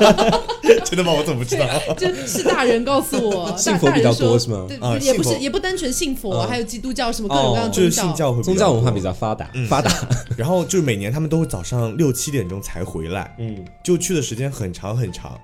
S4: 真的吗？我怎么不知
S2: 啊
S4: 道？
S2: 就是大人告诉我，大
S3: 信佛比较多是吗
S2: 大人说
S4: 啊
S2: 对，也不
S4: 信
S2: 是
S4: 佛
S2: 也不单纯信佛，
S3: 嗯
S2: 还有基督教什么各种各样的
S3: 哦
S4: 就是
S2: 宗
S4: 信
S2: 教。
S4: 教会
S3: 宗教文化比
S4: 较
S3: 较发达，
S4: 嗯
S3: 发达。
S4: 多，然后就是每年他们都会早上六七点钟才回来，
S3: 嗯，
S4: 就去的时间很长很长。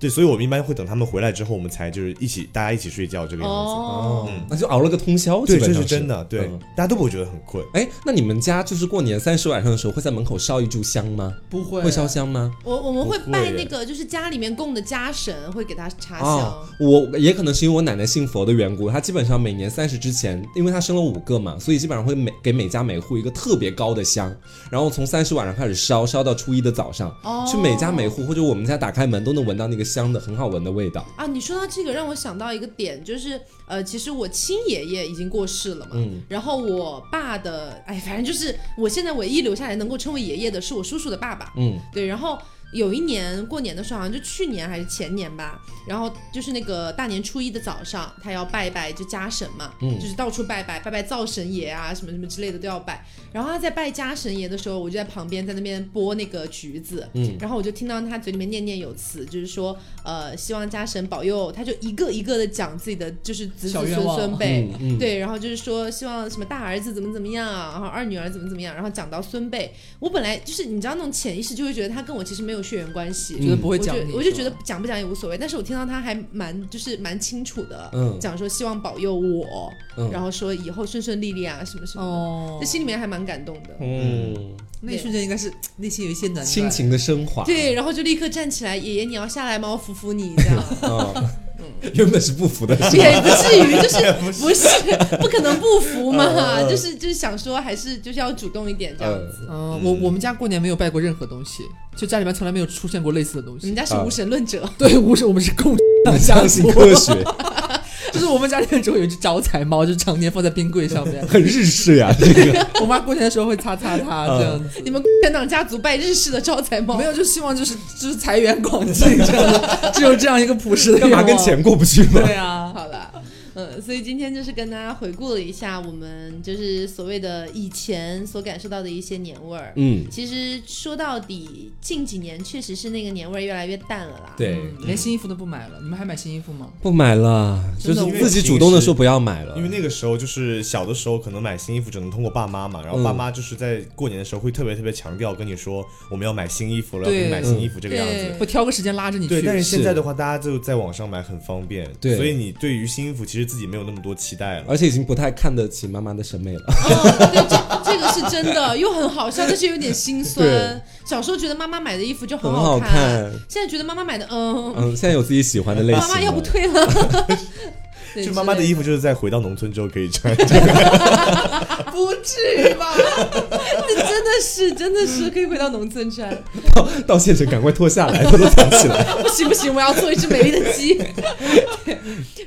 S4: 对，所以我们一般会等他们回来之后，我们才就是一起大家一起睡觉这个样子。
S2: 哦，
S3: 嗯那就熬了个通宵。
S4: 对，
S3: 基本
S4: 这
S3: 上
S4: 是
S3: 是
S4: 真的，对，
S3: 嗯
S4: 大家都不会觉得很困。
S3: 哎，那你们家就是过年三十晚上的时候会在门口烧一炷香吗？
S5: 不会啊
S3: 会烧香吗？
S2: 我我们会
S4: 不会
S2: 拜那个，就是家里面供的家神，会给他插
S3: 啊
S2: 香。，
S3: 我也可能是因为我奶奶信佛的缘故，她基本上每年三十之前，因为她生了五个嘛，所以基本上会每给每家每户一个特别高的香，然后从三十晚上开始烧，烧到初一的早上，
S2: 哦
S3: 去每家每户或者我们家打开门都能闻到那个香的很好闻的味道。
S2: 啊，你说到这个，让我想到一个点，就是呃，其实我亲爷爷已经过世了嘛，
S3: 嗯
S2: 然后我爸的，哎，反正就是我现在唯一留下来能够称为爷爷的是我叔叔的爸爸，
S3: 嗯，
S2: 对，然后有一年过年的时候，好像就去年还是前年吧，然后就是那个大年初一的早上，他要拜拜就家神嘛，
S3: 嗯
S2: 就是到处拜拜，拜拜灶神爷啊，什么什么之类的都要拜。然后他在拜家神爷的时候，我就在旁边在那边剥那个橘子，
S3: 嗯
S2: 然后我就听到他嘴里面念念有词，就是说呃希望家神保佑，他就一个一个的讲自己的就是子子
S5: 小
S2: 孙
S5: 愿
S2: 孙
S5: 望
S2: 辈，
S3: 嗯嗯
S2: 对，然后就是说希望什么大儿子怎么怎么样啊，然后二女儿怎么怎么样，然后讲到孙辈，我本来就是你知道那种潜意识就会觉得他跟我其实没有血缘关系，
S5: 觉得嗯不会讲
S2: 我
S5: 你
S2: 就我就是
S5: 吧
S2: 觉得讲不讲也无所谓，但是我听到他还蛮就是蛮清楚的，
S3: 嗯
S2: 讲说希望保佑我，
S3: 嗯
S2: 然后说以后顺顺利利啊什么什么的，
S5: 哦
S2: 这、，心里面还蛮感动的。
S3: 嗯，
S5: 那一瞬间应该是内心有一些暖
S3: 亲
S5: 暖。
S3: 情的升华。
S2: 对，然后就立刻站起来，爷爷你要下来吗？我扶扶你这样，哎
S3: 啊，原本是不服的，是吧
S2: 也不至于，就是不是不可能不服嘛，就是就是想说还是就是要主动一点这样子。
S5: 嗯，我我们家过年没有拜过任何东西，就家里面从来没有出现过类似的东
S2: 你们
S5: 西。
S2: 家是无神论者，
S5: 对，无是我们是共
S3: 不相信科学，。
S5: 就是我们家里面只会有一只招财猫，就常年放在冰柜上面
S3: 很日式呀、这 个
S5: 我妈过年的时候会擦擦它
S3: 嗯
S5: 这样子。
S2: 你们共产党家族拜日式的招财猫，
S5: 没有，就希望就是就是财源广 进，这样的，只有这样一个朴实
S2: 啊
S5: 的
S3: 干嘛
S5: 愿
S3: 跟
S5: 望
S3: 钱过不去吗？
S5: 对啊，
S2: 好了，嗯，所以今天就是跟大家回顾了一下我们就是所谓的以前所感受到的一些年味儿。
S3: 嗯，
S2: 其实说到底，近几年确实是那个年味儿越来越淡了 啦。
S3: 对，
S5: 嗯连新衣服都不买了。你们还买新衣服吗？
S3: 不买了，就
S5: 真的
S3: 是
S5: 因为
S3: 自己
S4: 平
S3: 主动的
S4: 时
S3: 说不要买了，
S4: 因为那个时候就是小的时候，可能买新衣服只能通过爸妈嘛，然
S3: 嗯
S4: 后爸妈就是在过年的时候会特别特别强调跟你说我们要买新衣服了，要给
S5: 对
S4: 你买新衣服这个样
S2: 对
S4: 子。
S5: 会挑个时间拉着你去。
S4: 对，但是
S3: 嗯
S4: 现
S3: 是
S4: 在的话，大家就在网上买很方便，
S3: 对
S4: 所以你对于新衣服其实自己没有那么多期待了。
S3: 而且已经不太看得起妈妈的审美了。
S2: 哦，对，这这个是真的，又很好笑，但是又有点心酸
S3: 对。
S2: 小时候觉得妈妈买的衣服就
S3: 很
S2: 好
S3: 好看
S2: 现在觉得妈妈买的，嗯，
S3: 嗯，现在有自己喜欢的类型
S2: 妈
S3: 了。
S2: 妈要不退了。 对
S4: 就妈妈的衣服，就是在回到农村之后可以 穿。
S3: 啊
S5: 不至 于吧？
S2: 之类的真的是真的是可以回到农村去。
S3: 到到县城赶快脱下来，偷偷藏起 来。
S2: 不行不行，我要做一只美丽的鸡。 对，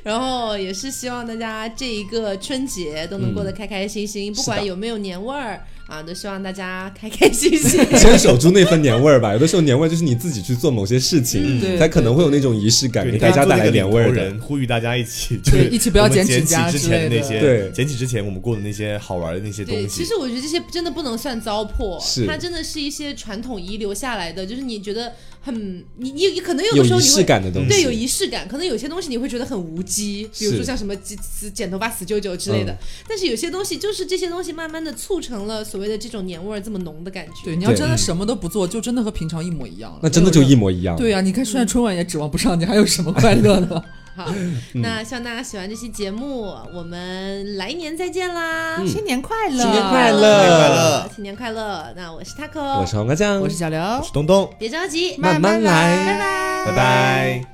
S2: 然后也是希望大家这一个春节都能过得开开心心，不管有没有年味儿啊，都希望大家开开心心。
S3: 先守住那份年味儿吧。有的时候年味儿就是你自己去做某些事
S2: 嗯
S3: 情，
S5: 对
S3: 才可能会有那种仪式感，
S4: 对，
S3: 给
S4: 你
S3: 大家
S4: 刚刚
S3: 带来
S4: 做那个
S3: 年味儿
S4: 领头
S3: 的。
S4: 人，呼吁大家一起，就是
S5: 对一起不要
S4: 我们
S5: 剪
S4: 捡
S5: 指甲
S4: 起之
S5: 之
S4: 前
S5: 类
S4: 那
S5: 的
S4: 些，
S3: 对
S4: 捡起之前我们过的那些好玩的那些
S2: 对，
S4: 东
S2: 其
S4: 西
S2: 实。我觉得这些真的不能算糟粕，
S3: 是
S2: 它真的是一些传统遗留下来的，就是你觉得很，你你你可能有
S3: 有
S2: 的时候
S3: 仪
S2: 你
S3: 式
S2: 会。
S3: 感的东西，
S2: 对，有仪式感，可能有些东西你会觉得很无稽，比如
S3: 是
S2: 说像什么剪剪头发死舅舅之类的。但是有些东西就是这些东西慢慢的促成了所谓的这种年味儿这么浓的感觉。
S5: 对，你要
S3: 对嗯
S5: 真的什么都不做，就真的和平常一模一样了。
S3: 那真的就一模一样。
S5: 对啊呀、你看现在春晚也指望不上，你还有什么快乐呢？
S2: 好，那希望大家喜欢这期节目，我们来年再见啦！
S1: 嗯
S5: 新年快乐！
S3: 新年快乐
S4: 新年快乐，
S2: 新年快乐！那我是 Taco，
S3: 我是黄瓜酱，
S5: 我是小刘
S4: 我，是东东，
S2: 别着急，
S3: 慢慢来，
S4: 拜拜。